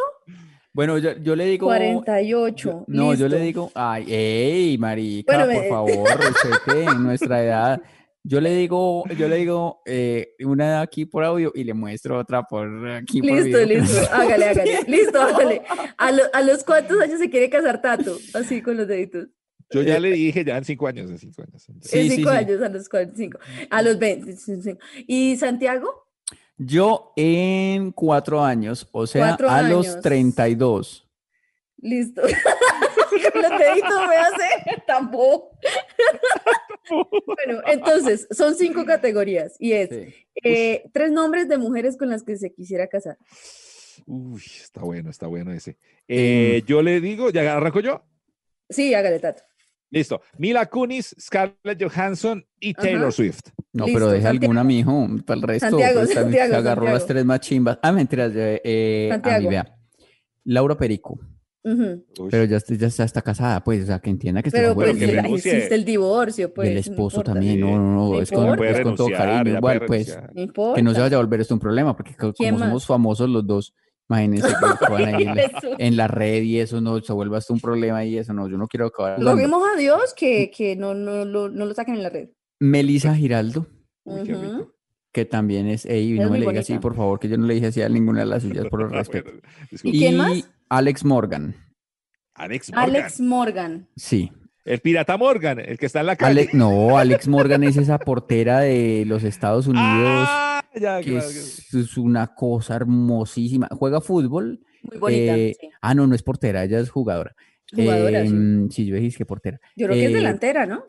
Speaker 6: Bueno, yo, yo le digo...
Speaker 8: 48.
Speaker 6: No, yo le
Speaker 8: listo.
Speaker 6: digo... Ay, ey, marica,
Speaker 8: Bueno,
Speaker 6: por
Speaker 8: me- [LAUGHS]
Speaker 6: favor, respete en nuestra edad. Yo le digo, yo le digo eh, una edad aquí por audio y le muestro otra por aquí por
Speaker 8: Listo,
Speaker 6: video.
Speaker 8: listo. Hágale, hágale. Listo, hágale. ¿A, lo- a los cuántos años se quiere casar Tato? Así con los deditos.
Speaker 7: Yo ya le dije ya en cinco años, en cinco años.
Speaker 6: [LAUGHS] Sí,
Speaker 8: en
Speaker 6: sí,
Speaker 8: cinco
Speaker 6: sí.
Speaker 8: años, a los 45. A los 20. sí, sí. ¿Y Santiago?
Speaker 6: Yo en cuatro años, o sea,
Speaker 8: Cuatro
Speaker 6: a los
Speaker 8: años.
Speaker 6: 32.
Speaker 8: Listo. [LAUGHS] Con los deditos me hace tampoco. bueno, entonces, son cinco categorías y es
Speaker 6: Sí.
Speaker 8: eh, tres nombres de mujeres con las que se quisiera casar.
Speaker 7: Uy, está bueno, está bueno ese. Eh,
Speaker 6: Em.
Speaker 7: Yo le digo, ya arranco yo.
Speaker 8: Sí, hágale, Tato.
Speaker 7: Listo. Mila Kunis, Scarlett Johansson y
Speaker 8: Ajá.
Speaker 7: Taylor Swift.
Speaker 6: No,
Speaker 8: Listo,
Speaker 6: pero deja alguna,
Speaker 8: Santiago.
Speaker 6: mijo, para el resto.
Speaker 8: Santiago,
Speaker 6: pues, también
Speaker 8: Santiago,
Speaker 6: se agarró las
Speaker 8: Santiago.
Speaker 6: tres más chimbas. Ah, mentiras, eh, eh, a mí,
Speaker 8: Santiago.
Speaker 6: vea. Laura Perico,
Speaker 8: Ujú.
Speaker 7: Uy,
Speaker 6: pero ya, está- ya está, está casada, pues, o sea, que entienda que este
Speaker 8: Pero
Speaker 6: juego
Speaker 8: pues
Speaker 7: que
Speaker 8: ya
Speaker 7: renuncie.
Speaker 8: existe el divorcio, pues.
Speaker 6: el
Speaker 8: no
Speaker 6: esposo
Speaker 8: importa.
Speaker 6: también, no, no, no,
Speaker 8: No
Speaker 6: es con,
Speaker 8: importa.
Speaker 7: puede
Speaker 6: es con todo
Speaker 7: renunciar,
Speaker 6: cariño,
Speaker 7: ella
Speaker 6: igual,
Speaker 7: puede
Speaker 6: pues,
Speaker 7: renunciar.
Speaker 8: No importa.
Speaker 6: que no se vaya a volver esto un problema, porque co-
Speaker 8: ¿Quién
Speaker 6: como
Speaker 8: más?
Speaker 6: somos famosos los dos, imagínense que nos puedan
Speaker 8: [LAUGHS]
Speaker 6: ahí en, la-
Speaker 8: Eso.
Speaker 6: en la red y eso no se vuelva hasta un problema y eso no, yo no quiero acabar.
Speaker 8: Lo
Speaker 6: dando.
Speaker 8: vimos a Dios que, que no, no, lo- no lo saquen en la red.
Speaker 6: Melissa Giraldo,
Speaker 7: uy, qué rico.
Speaker 8: Ujú.
Speaker 6: que también es, ey,
Speaker 8: Es
Speaker 6: no me
Speaker 8: muy
Speaker 6: le diga así,
Speaker 8: bonita.
Speaker 6: por favor, que yo no le dije así a ninguna de las suyas por el
Speaker 7: [LAUGHS] Ah,
Speaker 6: respeto.
Speaker 7: bueno,
Speaker 8: ¿Y
Speaker 7: disculpe.
Speaker 8: quién más?
Speaker 6: Alex Morgan.
Speaker 7: Alex Morgan.
Speaker 8: Alex Morgan. [LAUGHS]
Speaker 6: Sí.
Speaker 7: El pirata Morgan, el que está en la calle.
Speaker 6: Ale- no, Alex Morgan es esa portera de los Estados Unidos,
Speaker 7: Ah, ya,
Speaker 6: que
Speaker 7: claro que sí.
Speaker 6: es, es una cosa hermosísima. Juega fútbol.
Speaker 8: Muy bonita.
Speaker 6: eh,
Speaker 8: sí.
Speaker 6: Ah, no, no es portera, ella es jugadora.
Speaker 8: Jugadora, sí.
Speaker 6: Em, sí, yo dije que portera.
Speaker 8: Yo creo que es
Speaker 6: eh,
Speaker 8: delantera, ¿no?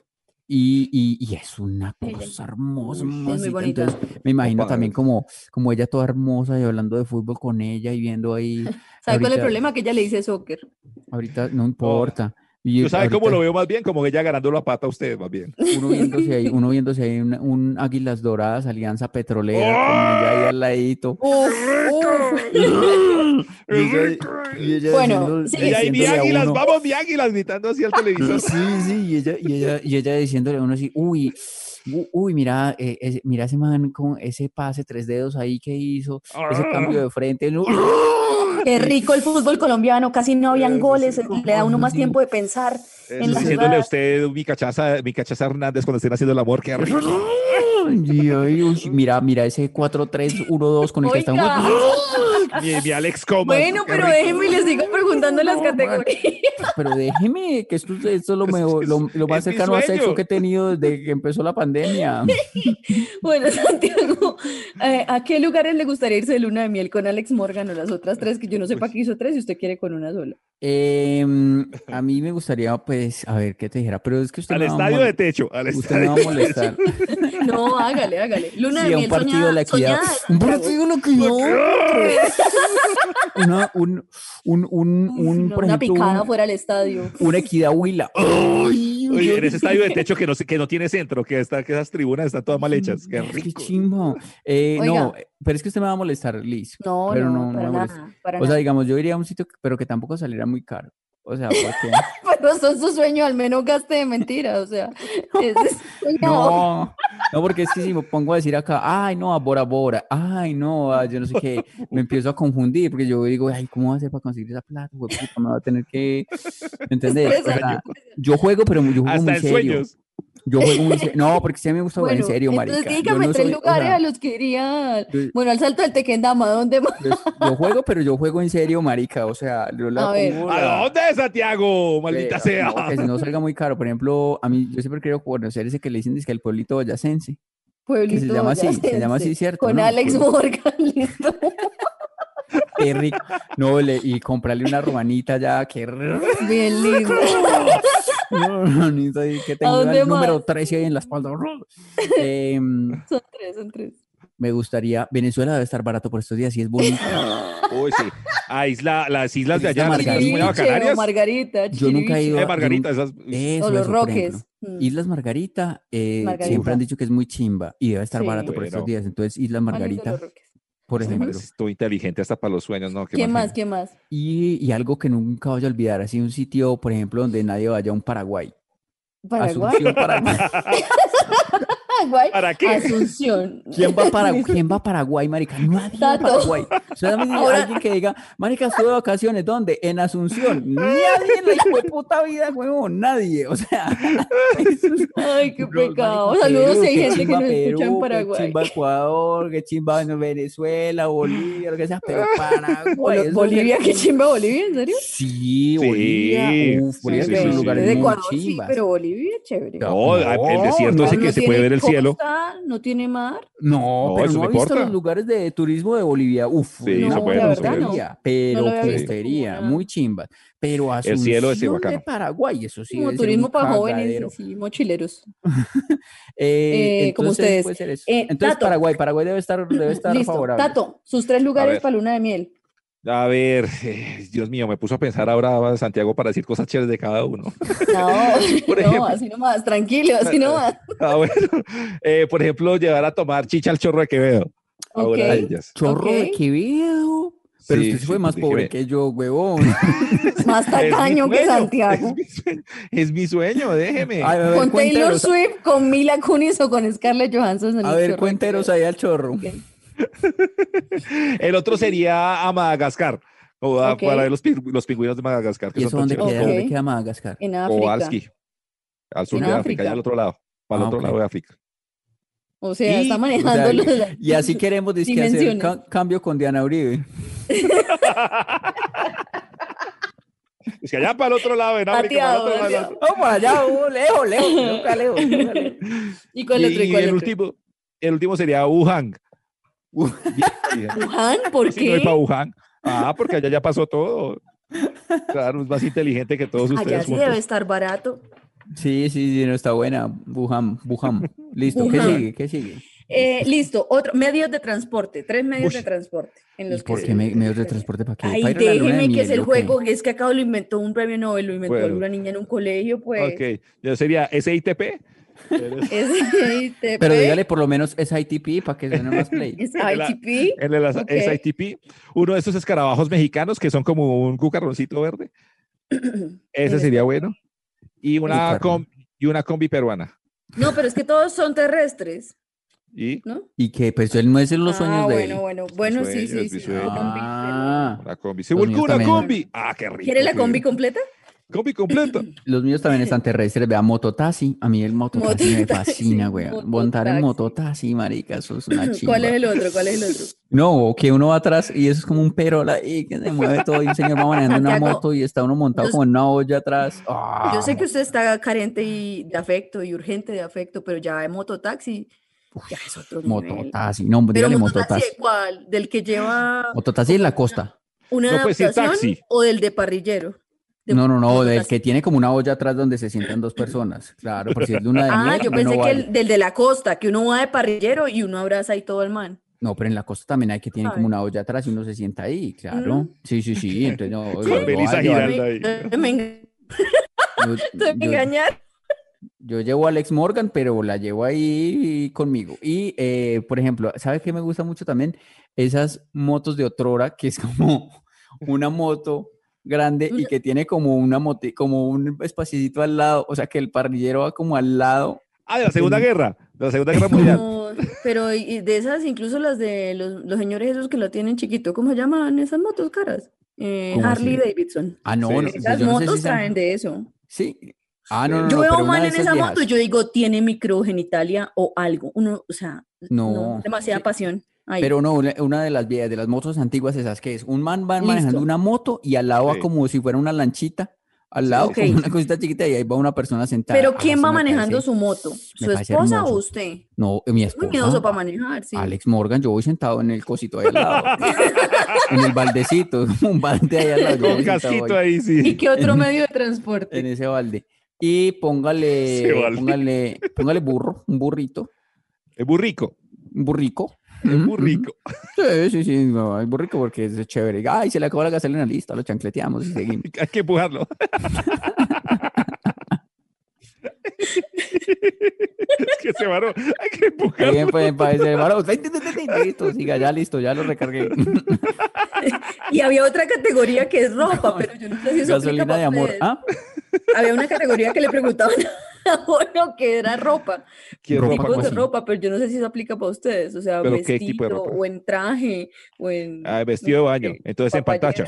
Speaker 6: Y, y- y es una
Speaker 8: Ella.
Speaker 6: cosa hermosa.
Speaker 8: Uy, sí, es muy
Speaker 6: hermosita.
Speaker 8: bonita.
Speaker 6: Entonces, me imagino
Speaker 7: Opa,
Speaker 6: también como, como ella toda hermosa y hablando de fútbol con ella y viendo ahí.
Speaker 8: ¿Sabe cuál es
Speaker 6: ahorita-
Speaker 8: el problema? Que ella le dice soccer.
Speaker 7: [LAUGHS]
Speaker 6: Ahorita no importa. Y
Speaker 7: Yo sabe Oh. cómo
Speaker 6: ahorita-
Speaker 7: lo veo más bien, como que ya ganando la pata a ustedes más bien.
Speaker 6: Uno viéndose ahí, uno viéndose ahí una- un Águilas Doradas, Alianza Petrolera, con ella ahí al ladito.
Speaker 8: Uf, uf.
Speaker 6: Y ella, y ella
Speaker 8: Bueno,
Speaker 6: diciendo-
Speaker 8: sí,
Speaker 7: Y ¡Oh! ahí mi
Speaker 6: diciéndole a
Speaker 7: águilas,
Speaker 6: uno-
Speaker 7: vamos mi águilas, gritando hacia el televisor.
Speaker 6: Sí, sí, y ella, y ella, y ella diciéndole a uno así, uy, u- uy, mira, eh, ese, mira ese man con ese pase tres dedos ahí que hizo, ese
Speaker 7: Ah.
Speaker 6: cambio de frente. ¿no?
Speaker 7: [LAUGHS]
Speaker 8: Qué rico el fútbol colombiano, casi no habían goles, le da uno más tiempo de pensar en
Speaker 7: [LAUGHS]
Speaker 8: la
Speaker 7: diciéndole a
Speaker 8: jugada.
Speaker 7: usted, mi cachaza, mi cachaza Hernández, cuando estén haciendo el amor, que
Speaker 6: [LAUGHS] Y ay, uy, mira, mira ese 4-3-1-2 con el que está
Speaker 8: Oiga,
Speaker 6: jugando.
Speaker 7: mi, mi Alex Comas.
Speaker 8: bueno,
Speaker 7: qué
Speaker 8: pero
Speaker 7: rico.
Speaker 8: déjenme y les sigo preguntando las
Speaker 6: No, man.
Speaker 8: categorías. [LAUGHS]
Speaker 6: Pero déjeme, que esto, esto es lo,
Speaker 7: Es-
Speaker 6: mejor,
Speaker 7: es-
Speaker 6: lo, lo más
Speaker 7: es mi
Speaker 6: cercano a sexo
Speaker 7: sueño.
Speaker 6: que he tenido desde que empezó la
Speaker 8: [LAUGHS]
Speaker 6: pandemia.
Speaker 8: Bueno, Santiago, eh, ¿a qué lugares le gustaría irse de luna de miel con Alex Morgan o las otras tres? Que yo no sé para qué hizo tres y usted quiere con una sola.
Speaker 7: [LAUGHS]
Speaker 6: Em, a mí me gustaría, pues, a ver qué te dijera, pero es que usted
Speaker 7: Al
Speaker 6: me va a
Speaker 7: estadio
Speaker 6: mol-
Speaker 7: de techo, al
Speaker 6: usted me
Speaker 7: estadio.
Speaker 6: va a
Speaker 8: [LAUGHS]
Speaker 6: molestar.
Speaker 8: No, hágale, hágale. Luna
Speaker 6: Sí,
Speaker 8: de
Speaker 6: a
Speaker 8: miel
Speaker 6: un partido de la
Speaker 8: soñada,
Speaker 6: equidad.
Speaker 8: soñada,
Speaker 6: Un
Speaker 8: Santiago.
Speaker 6: partido de la equidad. Una, un, un, un, un,
Speaker 8: No,
Speaker 6: por
Speaker 8: una
Speaker 6: ejemplo,
Speaker 8: picada pues.
Speaker 6: un-
Speaker 8: fuera del estadio.
Speaker 6: una equidad
Speaker 8: [LAUGHS]
Speaker 6: huila. Ay,
Speaker 7: Oye,
Speaker 6: yo-
Speaker 7: en ese estadio de techo que no, se- que no tiene centro, que, está, que esas tribunas están todas mal hechas. Qué
Speaker 6: Ay, Qué
Speaker 7: rico.
Speaker 6: chimbo. Eh, no,
Speaker 8: Oiga.
Speaker 6: pero es que usted me va a molestar, Liz.
Speaker 8: No,
Speaker 6: Pero no,
Speaker 8: no, para
Speaker 6: no me
Speaker 8: nada, para
Speaker 6: O sea,
Speaker 8: nada.
Speaker 6: digamos, yo iría a un sitio, que- pero que tampoco saliera muy caro. O sea, porque...
Speaker 8: [LAUGHS] Pero son su sueño, al menos gaste de mentira,
Speaker 6: [LAUGHS]
Speaker 8: o sea. ese es soñado.
Speaker 6: No, no, porque es que si me pongo a decir acá, ay, no, a Bora Bora, ay, no, a yo no sé qué, me empiezo a confundir, porque yo digo, ay, ¿cómo voy a hacer para conseguir esa plata? Hueputa, me va a tener que... ¿Entendés? O
Speaker 8: Estresa,
Speaker 6: sea, yo juego, pero yo juego
Speaker 7: Hasta
Speaker 6: muy
Speaker 7: en
Speaker 6: serio.
Speaker 7: sueños.
Speaker 6: Yo juego muy serio. No, porque sí a mí me gusta jugar
Speaker 8: [LAUGHS] Bueno,
Speaker 6: en serio, marica.
Speaker 8: entonces
Speaker 6: Yo
Speaker 8: dígame
Speaker 6: no
Speaker 8: tres
Speaker 6: soy- o
Speaker 8: lugares
Speaker 6: sea,
Speaker 8: a los que iría.
Speaker 6: yo-
Speaker 8: Bueno, al salto del Tequendama, ¿dónde más? [LAUGHS]
Speaker 6: Yo, yo juego, pero yo juego en serio, marica. O sea, yo la
Speaker 8: A ver.
Speaker 6: pongo la-
Speaker 7: ¿A dónde, Santiago? Maldita
Speaker 6: eh,
Speaker 7: sea.
Speaker 6: no, que si no salga muy caro. Por ejemplo, a mí yo siempre quiero conocer ese que le dicen que el pueblito boyacense.
Speaker 8: Pueblito
Speaker 6: llama así, se llama
Speaker 8: boyacense,
Speaker 6: así, ¿cierto?
Speaker 8: Con
Speaker 6: ¿no?
Speaker 8: Alex Morgan, [LAUGHS] listo.
Speaker 6: Qué rico. No, le- y comprarle una romanita ya, que una
Speaker 8: Bien lindo.
Speaker 6: romanita ahí que tengo
Speaker 8: dónde
Speaker 6: el número
Speaker 8: más?
Speaker 6: 13 ahí en la espalda. Em,
Speaker 8: Son tres, son tres.
Speaker 6: me gustaría, Venezuela debe estar barato por estos días y es
Speaker 8: [LAUGHS]
Speaker 6: bonito.
Speaker 7: [LAUGHS] Uy, sí. A isla, las islas de
Speaker 6: Isla
Speaker 7: allá, las islas
Speaker 6: Margarita.
Speaker 7: muy
Speaker 8: Chiriviche o
Speaker 7: bacanarias.
Speaker 8: Margarita,
Speaker 6: Yo nunca he
Speaker 8: Chiriviche.
Speaker 6: ido.
Speaker 7: Eh, Margarita,
Speaker 6: yo
Speaker 7: esas.
Speaker 6: Eso,
Speaker 8: O los
Speaker 6: eso, por ejemplo.
Speaker 8: Roques. Mm.
Speaker 6: Islas Margarita, eh, siempre
Speaker 8: Margarita.
Speaker 6: han dicho que es muy chimba y debe estar
Speaker 8: Sí.
Speaker 6: barato por estos
Speaker 7: Bueno.
Speaker 6: días. Entonces, Islas
Speaker 8: Más lindo
Speaker 6: Margarita,
Speaker 8: los Roques.
Speaker 6: por
Speaker 7: Este
Speaker 6: ejemplo.
Speaker 7: man es todo inteligente hasta para los sueños, ¿no? Qué
Speaker 8: ¿Quién
Speaker 7: mal
Speaker 8: más? ¿Quién más?
Speaker 6: Y, y algo que nunca voy a olvidar, así un sitio, por ejemplo, donde nadie vaya a un Paraguay.
Speaker 8: Paraguay.
Speaker 6: Asunción, Paraguay.
Speaker 8: [LAUGHS] Paraguay.
Speaker 7: ¿Para qué?
Speaker 8: Asunción.
Speaker 6: ¿Quién va, a Paraguay? ¿Quién va a Paraguay, marica? No ha ido a
Speaker 8: Tato.
Speaker 6: Paraguay. Solamente
Speaker 8: Ahora-
Speaker 6: alguien que diga, marica, estuve de vacaciones, ¿dónde? En
Speaker 8: [LAUGHS]
Speaker 6: Asunción. Nadie en la hijo de puta vida, huevón, nadie. O
Speaker 8: [LAUGHS]
Speaker 6: sea, eso es-
Speaker 8: Ay, qué
Speaker 6: Bro,
Speaker 8: pecado.
Speaker 6: marica,
Speaker 8: Saludos
Speaker 6: Perú,
Speaker 8: si hay
Speaker 6: qué
Speaker 8: gente que
Speaker 6: chimba
Speaker 8: nos escucha
Speaker 6: Perú,
Speaker 8: en
Speaker 6: qué
Speaker 8: Paraguay.
Speaker 6: chimba Ecuador, que chimba no, Venezuela, Bolivia, lo que sea,
Speaker 8: [LAUGHS]
Speaker 6: pero
Speaker 8: O
Speaker 6: Paraguay.
Speaker 8: lo-
Speaker 6: eso es-
Speaker 8: Bolivia,
Speaker 6: [LAUGHS]
Speaker 8: qué chimba Bolivia, ¿en serio?
Speaker 6: Sí, Bolivia.
Speaker 7: Sí,
Speaker 6: Uf, Bolivia
Speaker 7: sí,
Speaker 6: es
Speaker 7: sí,
Speaker 6: un
Speaker 7: sí.
Speaker 6: lugar
Speaker 8: Desde
Speaker 6: muy
Speaker 8: Ecuador, sí,
Speaker 6: chimbas.
Speaker 8: pero Bolivia, chévere.
Speaker 6: No,
Speaker 7: No, el desierto ese
Speaker 8: No
Speaker 7: que se
Speaker 8: tiene
Speaker 7: puede ver el cielo.
Speaker 8: costa, No tiene mar.
Speaker 6: No,
Speaker 7: No,
Speaker 6: pero
Speaker 7: eso
Speaker 6: no
Speaker 7: no
Speaker 6: ha visto
Speaker 7: importa.
Speaker 6: los lugares de turismo de Bolivia. Uf,
Speaker 7: Sí,
Speaker 6: una
Speaker 8: se puede, no se puede.
Speaker 6: porquería,
Speaker 8: No lo
Speaker 6: pero
Speaker 8: había visto como
Speaker 6: porquería,
Speaker 8: una-
Speaker 6: muy chimba. Pero
Speaker 7: El cielo es
Speaker 6: Asunción de
Speaker 7: bacano.
Speaker 6: Paraguay, eso sí.
Speaker 8: como
Speaker 6: debe ser un
Speaker 8: turismo para jóvenes,
Speaker 6: cagadero.
Speaker 8: sí, mochileros.
Speaker 6: Eh,
Speaker 8: Eh, como
Speaker 6: entonces,
Speaker 8: ustedes.
Speaker 6: puede ser eso.
Speaker 8: Eh,
Speaker 6: entonces,
Speaker 8: Tato.
Speaker 6: Paraguay, Paraguay debe estar, debe estar
Speaker 8: Listo.
Speaker 6: favorable.
Speaker 8: Tato, sus tres lugares
Speaker 7: ver.
Speaker 8: para luna
Speaker 6: [LAUGHS]
Speaker 8: de miel.
Speaker 7: A ver, eh, Dios mío, me puso a pensar ahora Santiago para decir cosas chéveres de cada uno. [LAUGHS]
Speaker 6: [LAUGHS]
Speaker 8: No,
Speaker 7: Por
Speaker 8: no,
Speaker 7: ejemplo.
Speaker 8: así nomás, tranquilo, así nomás.
Speaker 7: Ah, bueno. Eh, por ejemplo, llevar a tomar chicha al chorro de Quevedo. A una de
Speaker 8: Ok.
Speaker 7: ellas.
Speaker 6: Chorro de
Speaker 8: Ok.
Speaker 6: Quevedo. Pero
Speaker 7: Sí,
Speaker 6: usted sí fue
Speaker 7: sí, pues,
Speaker 6: más
Speaker 7: dije,
Speaker 6: pobre
Speaker 7: ve.
Speaker 6: que yo,
Speaker 7: [LAUGHS]
Speaker 6: huevón.
Speaker 8: [LAUGHS]
Speaker 6: [LAUGHS]
Speaker 8: Más
Speaker 7: Es mi
Speaker 8: tacaño que
Speaker 7: sueño,
Speaker 8: Santiago.
Speaker 7: Es mi sueño, es mi sueño, déjeme.
Speaker 6: Ay, a ver,
Speaker 8: Con Taylor
Speaker 6: cuéntenos-
Speaker 8: Swift, con Mila Kunis o con Scarlett Johansson. en
Speaker 6: A
Speaker 8: el
Speaker 6: ver,
Speaker 8: chorro.
Speaker 6: cuéntenos ahí al chorro.
Speaker 7: El otro sería a Madagascar. O a-
Speaker 8: Ok.
Speaker 7: para ver los, pingü- los pingüinos de Madagascar. Que
Speaker 6: ¿Y
Speaker 7: son
Speaker 6: eso
Speaker 7: tan
Speaker 6: dónde
Speaker 7: chéveres.
Speaker 6: queda? ¿Dónde
Speaker 8: Ok.
Speaker 6: queda Madagascar?
Speaker 8: En
Speaker 7: O
Speaker 8: África.
Speaker 7: Alski. Al sur
Speaker 8: En
Speaker 7: de África,
Speaker 8: África.
Speaker 7: ya al otro lado. Para el
Speaker 6: Ah,
Speaker 7: otro
Speaker 6: ok.
Speaker 7: lado de África.
Speaker 8: O sea,
Speaker 6: Y,
Speaker 8: está
Speaker 6: o sea,
Speaker 8: manejando lo de la-
Speaker 6: Y
Speaker 8: [LAUGHS]
Speaker 6: así queremos dizque, hacer
Speaker 8: Dimensiones.
Speaker 6: ca- cambio con Diana Uribe.
Speaker 7: Es que allá para el otro lado, en África. para el
Speaker 6: [LAUGHS]
Speaker 8: Bateado,
Speaker 7: otro lado,
Speaker 8: bateado.
Speaker 6: Vamos para allá, vamos, lejos, lejos, nunca lejos, nunca lejos.
Speaker 8: ¿Y cuál otro?
Speaker 7: Y,
Speaker 8: ¿Y cuál
Speaker 7: el
Speaker 8: otro?
Speaker 7: último, el último sería Wuhan. [LAUGHS]
Speaker 8: Wuhan, ¿por
Speaker 7: Si no
Speaker 8: qué?
Speaker 7: es para Wuhan. Ah, porque allá ya pasó todo. Claro, es más inteligente que todos
Speaker 8: Allá
Speaker 7: ustedes
Speaker 8: sí debe
Speaker 7: juntos.
Speaker 8: estar barato.
Speaker 6: Sí, sí, sí, no está buena. Bujam, Bujam. Listo, ¿qué
Speaker 8: Bujam.
Speaker 6: sigue? ¿Qué sigue?
Speaker 8: Eh, listo, otro, medios de transporte, tres medios de transporte. En los que
Speaker 6: ¿Por
Speaker 8: se-
Speaker 6: qué me- medios de transporte para qué?
Speaker 8: Ay,
Speaker 6: ¿Para ir a la luna de
Speaker 8: déjeme que es
Speaker 6: miel,
Speaker 8: el
Speaker 6: o qué?
Speaker 8: juego, que es que acabo lo inventó un premio Nobel, lo inventó
Speaker 7: Bueno.
Speaker 8: una niña en un colegio, pues.
Speaker 7: Ok, ya sería SITP.
Speaker 8: Es
Speaker 6: [LAUGHS]
Speaker 8: ITP,
Speaker 6: Pero dígale por lo menos es ITP para que suene más play.
Speaker 8: [LAUGHS] es ITP.
Speaker 7: El de las
Speaker 8: Ok.
Speaker 7: SITP. Uno de esos escarabajos mexicanos que son como un cucarroncito
Speaker 8: [CLEARS THROAT]
Speaker 7: verde. Ese
Speaker 8: Ese.
Speaker 7: sería bueno. Y una,
Speaker 6: Cucarrón.
Speaker 7: com- y una combi peruana.
Speaker 8: No, pero es que todos son terrestres,
Speaker 7: Y
Speaker 8: ¿no?
Speaker 6: Y que pues él no es en los
Speaker 8: ah,
Speaker 6: sueños de él.
Speaker 8: bueno, bueno, bueno, sí,
Speaker 7: sueños,
Speaker 8: sí,
Speaker 7: mi
Speaker 8: sí.
Speaker 7: sueño.
Speaker 8: la combi,
Speaker 6: Ah,
Speaker 7: una combi. Se
Speaker 6: Los
Speaker 7: volcó
Speaker 6: míos
Speaker 7: una
Speaker 6: también.
Speaker 7: combi. Ah, qué rico.
Speaker 8: pero- ¿Quiere la
Speaker 7: sí.
Speaker 8: combi completa?
Speaker 7: Combi
Speaker 8: [CLEARS THROAT]
Speaker 7: completa.
Speaker 6: los míos también
Speaker 8: [LAUGHS]
Speaker 6: están terrestres. Vea, mototaxi. A mí el mototaxi me
Speaker 8: Mototaxi,
Speaker 6: fascina, güey. Montar en
Speaker 8: mototaxi.
Speaker 6: mototaxi, marica, eso es una chimba.
Speaker 8: ¿Cuál es el otro? ¿Cuál es el otro?
Speaker 6: No, que uno va atrás y eso es como un perola y que se mueve todo y un señor va manejando
Speaker 8: [LAUGHS]
Speaker 6: una
Speaker 8: Santiago,
Speaker 6: moto y está uno montado
Speaker 8: yo-
Speaker 6: como en una olla atrás. Ah,
Speaker 8: Yo sé que usted está carente y de afecto y urgente de afecto, pero ya en mototaxi, ya es otro nivel.
Speaker 6: mototaxi, no,
Speaker 8: Pero
Speaker 6: dígale
Speaker 8: mototaxi
Speaker 6: mototaxi.
Speaker 8: de cuál? ¿Del que lleva
Speaker 6: Mototaxi en la costa.
Speaker 8: una
Speaker 7: No, pues, sí,
Speaker 8: adaptación
Speaker 7: taxi.
Speaker 8: o del de parrillero? De
Speaker 6: No, no, no, del
Speaker 8: mototaxi.
Speaker 6: que tiene como una olla atrás donde se sientan dos personas. Claro, por si es de una de
Speaker 8: [LAUGHS] Ah,
Speaker 6: miel,
Speaker 8: yo
Speaker 6: no,
Speaker 8: pensé
Speaker 6: no
Speaker 8: que
Speaker 6: vale.
Speaker 8: el del de la costa, que uno va de parrillero y uno abraza ahí todo el man.
Speaker 6: No, pero en la costa también hay que tiene
Speaker 8: Ay.
Speaker 6: como una olla atrás y uno se sienta ahí, claro.
Speaker 8: Mm.
Speaker 6: Sí, sí, sí. Entonces, Pues no,
Speaker 7: Con
Speaker 6: yo- yo-
Speaker 7: Belisa
Speaker 6: yo-
Speaker 7: Giraldo.
Speaker 8: Me,
Speaker 7: ahí.
Speaker 8: me enga- [LAUGHS]
Speaker 6: yo-
Speaker 8: me
Speaker 6: [LAUGHS] yo-
Speaker 8: engañaron.
Speaker 6: Yo llevo a Alex Morgan, pero la llevo ahí conmigo. Y, eh, por ejemplo, ¿sabes qué me gusta mucho también? Esas motos de otrora, que es como [LAUGHS] una moto grande y
Speaker 8: Una-
Speaker 6: que tiene como una mote, como un espacito al lado, o sea, que el parrillero va como al lado.
Speaker 7: Ah, de la Segunda Guerra. De la Segunda Guerra
Speaker 8: [LAUGHS]
Speaker 7: Mundial.
Speaker 8: No, pero y- y de esas, incluso las de los, los señores esos que lo tienen chiquito, ¿cómo se llaman esas motos caras? Eh,
Speaker 6: ¿Cómo
Speaker 8: Harley
Speaker 6: así?
Speaker 8: Davidson.
Speaker 6: Ah, no,
Speaker 7: Sí,
Speaker 6: no,
Speaker 7: sí,
Speaker 8: Esas
Speaker 6: yo no sé
Speaker 8: motos
Speaker 6: si sean-
Speaker 8: traen de eso.
Speaker 6: Sí. Ah, no, no,
Speaker 8: Yo
Speaker 6: no,
Speaker 8: veo
Speaker 6: pero
Speaker 8: un
Speaker 6: una
Speaker 8: man
Speaker 6: de
Speaker 8: en
Speaker 6: esas
Speaker 8: esa moto
Speaker 6: viejas.
Speaker 8: y yo digo, tiene microgenitalia o algo. Uno, o sea, no,
Speaker 6: No,
Speaker 8: demasiada
Speaker 6: sí.
Speaker 8: pasión. ahí.
Speaker 6: Pero no, una- una de las viejas, de las motos antiguas esas que es, un man va
Speaker 8: Listo.
Speaker 6: manejando una moto y al lado va
Speaker 7: Sí.
Speaker 6: como si fuera una lanchita, al lado
Speaker 8: ok.
Speaker 6: como una cosita chiquita y ahí va una persona sentada.
Speaker 8: Pero
Speaker 6: Ah,
Speaker 8: ¿quién
Speaker 6: eso
Speaker 8: va
Speaker 6: me
Speaker 8: manejando
Speaker 6: parece-
Speaker 8: su moto? ¿Su
Speaker 6: parece
Speaker 8: esposa o
Speaker 6: hermoso.
Speaker 8: usted?
Speaker 6: No, eh, mi
Speaker 8: Muy miedoso
Speaker 6: esposa,
Speaker 8: para manejar, sí.
Speaker 6: Alex Morgan, yo voy sentado en el cosito ahí al lado, en el baldecito, [LAUGHS] un balde ahí al lado. yo voy
Speaker 7: Con
Speaker 6: sentado
Speaker 7: casquito
Speaker 6: ahí,
Speaker 7: ahí,
Speaker 8: [LAUGHS] ¿Y [LAUGHS]
Speaker 7: sí.
Speaker 8: qué otro
Speaker 6: En-
Speaker 8: medio de transporte?
Speaker 6: En ese balde. Y póngale,
Speaker 7: balde.
Speaker 6: póngale, póngale burro, un burrito,
Speaker 7: El burrico.
Speaker 6: un burrico.
Speaker 7: El
Speaker 6: Ujú,
Speaker 7: burrico. [LAUGHS]
Speaker 6: ujú. Sí, sí, sí, no, el burrico porque es chévere. Ay, se le acabó la gasolina, listo, lo chancleteamos y
Speaker 8: [LAUGHS]
Speaker 6: seguimos.
Speaker 7: Hay que empujarlo. [LAUGHS] es que se varó. Hay que empujarlo.
Speaker 6: Bien, pues, para ese varón. Tin, tin, tin, tin, tin. Listo, siga, ya listo, ya lo
Speaker 8: [LAUGHS]
Speaker 6: recargué.
Speaker 8: Y había otra
Speaker 6: [LAUGHS]
Speaker 8: categoría que es ropa, pero yo no sé si eso
Speaker 6: Gasolina
Speaker 8: aplica para
Speaker 6: de amor.
Speaker 8: ustedes.
Speaker 6: ¿Ah?
Speaker 8: Había una categoría que le preguntaban [LAUGHS] a uno que era ropa,
Speaker 7: ¿Qué
Speaker 6: ropa,
Speaker 7: ropa?
Speaker 8: tipos de
Speaker 6: así?
Speaker 8: ropa, pero yo no sé si eso aplica para ustedes, o sea,
Speaker 7: ¿Pero qué
Speaker 8: vestido
Speaker 7: tipo de ropa?
Speaker 8: o en traje o en
Speaker 7: Ah, vestido de baño.
Speaker 8: sé,
Speaker 7: Entonces en pantacha.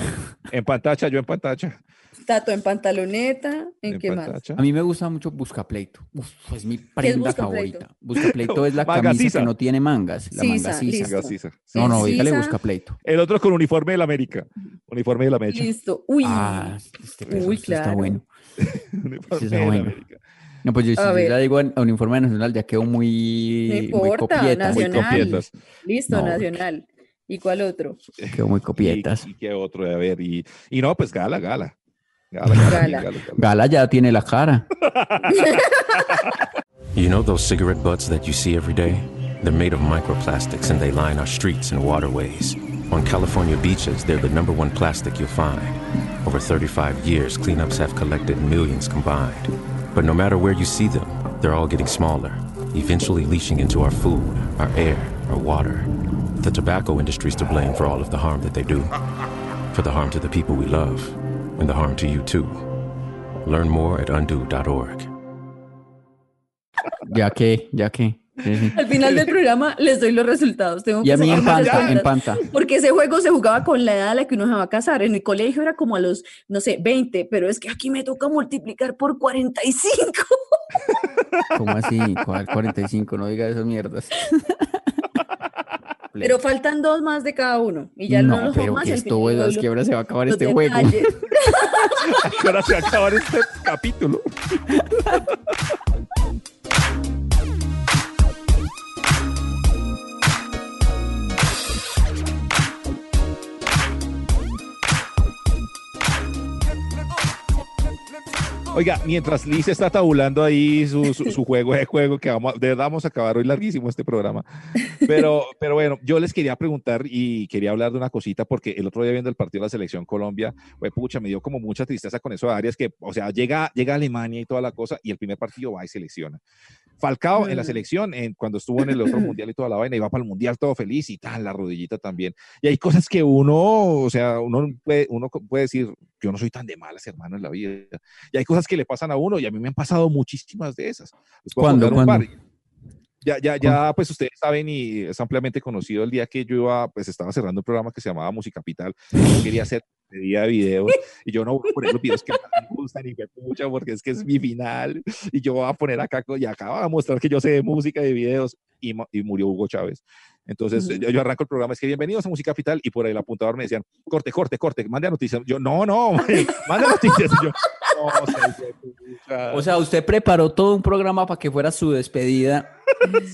Speaker 7: En pantacha, yo en pantacha.
Speaker 8: tato en pantaloneta, en,
Speaker 7: En
Speaker 8: qué más.
Speaker 7: pantacha.
Speaker 6: A mí me gusta mucho Buscapleito. Uf, es mi
Speaker 8: es
Speaker 6: prenda
Speaker 8: Buscapleito?
Speaker 6: favorita. Buscapleito es la
Speaker 7: Manga
Speaker 6: camisa
Speaker 7: sisa.
Speaker 6: que no tiene mangas, la manga
Speaker 8: Sisa,
Speaker 6: sisa.
Speaker 8: listo.
Speaker 7: Gasisa.
Speaker 6: No, no, dígale
Speaker 8: Sisa.
Speaker 6: Buscapleito.
Speaker 7: El otro con uniforme de la América. Uniforme de la Mecha.
Speaker 8: Listo. Uy.
Speaker 6: Ah, este perro,
Speaker 8: Uy,
Speaker 6: esto está
Speaker 8: claro.
Speaker 6: bueno.
Speaker 7: Uniforme
Speaker 6: está
Speaker 7: de la
Speaker 6: bueno.
Speaker 7: América.
Speaker 6: No, pues yo, si
Speaker 8: A
Speaker 6: yo
Speaker 8: ver.
Speaker 6: ya digo a a uniforme nacional, ya quedo muy,
Speaker 8: No
Speaker 6: muy
Speaker 8: importa,
Speaker 6: copieta.
Speaker 7: Muy
Speaker 8: Nacional.
Speaker 7: completas.
Speaker 8: Listo,
Speaker 6: No,
Speaker 8: nacional. ¿Y cuál otro?
Speaker 6: Quedo muy
Speaker 7: ¿Y,
Speaker 6: copietas.
Speaker 7: y qué otro? A ver, y, y no, pues gala, gala. Gala, gala,
Speaker 8: Gala.
Speaker 7: gala, gala.
Speaker 6: Gala ya tiene la cara.
Speaker 9: You know those cigarette butts that you see every day? They're made of microplastics and they line our streets and waterways. On California beaches, they're the number one plastic you'll find. Over 35 years, cleanups have collected millions combined. But no matter where you see them, they're all getting smaller, eventually leaching into our food, our air, our water. The tobacco industry's to blame for all of the harm that they do, for the harm to the people we love, and the harm to you too. Learn more at undo.org.
Speaker 6: Ya que, ya que. Sí, sí.
Speaker 8: Al
Speaker 7: [LAUGHS]
Speaker 8: final del programa les doy los resultados. Tengo
Speaker 6: Y a
Speaker 8: que
Speaker 6: mí
Speaker 8: sacar
Speaker 6: en
Speaker 8: muchas
Speaker 6: Panta, en
Speaker 8: cuentas.
Speaker 6: Panta.
Speaker 8: Porque ese juego se jugaba con la edad a la que uno se va a casar. En el colegio era como a los, no sé, 20, pero es que aquí me toca multiplicar por 45.
Speaker 6: [LAUGHS] ¿Cómo así? ¿Cuál 45? No diga esas mierdas.
Speaker 8: [LAUGHS] Pero faltan dos más de cada uno. Y ya no,
Speaker 6: no,
Speaker 8: los
Speaker 6: pero
Speaker 8: juego más.
Speaker 6: que
Speaker 8: al
Speaker 6: esto,
Speaker 8: final
Speaker 6: bueno,
Speaker 8: doy
Speaker 6: es que
Speaker 8: los-
Speaker 6: ahora se va a acabar
Speaker 8: los
Speaker 6: este juego.
Speaker 8: detalles.
Speaker 7: Y [LAUGHS] ahora se va a acabar este capítulo. Oiga, mientras Liz está tabulando ahí su, su- su juego de juego, que vamos, a- de verdad vamos a acabar hoy larguísimo este programa. Pero, pero bueno, yo les quería preguntar y quería hablar de una cosita, porque el otro día viendo el partido de la Selección Colombia, pues pucha, me dio como mucha tristeza con eso de Arias, que, o sea, llega, llega a Alemania y toda la cosa, y el primer partido va y se lesiona. Falcao en la
Speaker 10: Mm.
Speaker 7: selección, en, cuando estuvo en el otro mundial y toda la vaina, iba para el mundial todo feliz y tal, la rodillita también. Y hay cosas que uno, o sea, uno puede, uno puede decir, yo no soy tan de malas, hermano, en la vida. Y hay cosas que le pasan a uno y a mí me han pasado muchísimas de esas. Les puedo
Speaker 6: [LAUGHS] ¿Cuándo,
Speaker 7: contar un
Speaker 6: cuándo?
Speaker 7: par. Ya, ya, ya, pues ustedes saben y es ampliamente conocido el día que yo iba, pues estaba cerrando un programa que se llamaba Musicapital. Yo quería hacer [LAUGHS] de día de videos y yo no voy a poner los videos que más me gustan y me pucha porque es que es mi final y yo voy a poner acá co- y acá voy a mostrar que yo sé de música y de videos y, mu- y murió Hugo Chávez. Entonces
Speaker 10: Ujú.
Speaker 7: yo, yo arranco el programa, es que bienvenidos a Música Capital y por el apuntador me decían, corte, corte, corte, mande noticias. Yo, no, no, mande noticias. Y yo, no, se fue pucha.
Speaker 6: O sea, usted preparó todo un programa para que fuera su despedida
Speaker 8: [LAUGHS]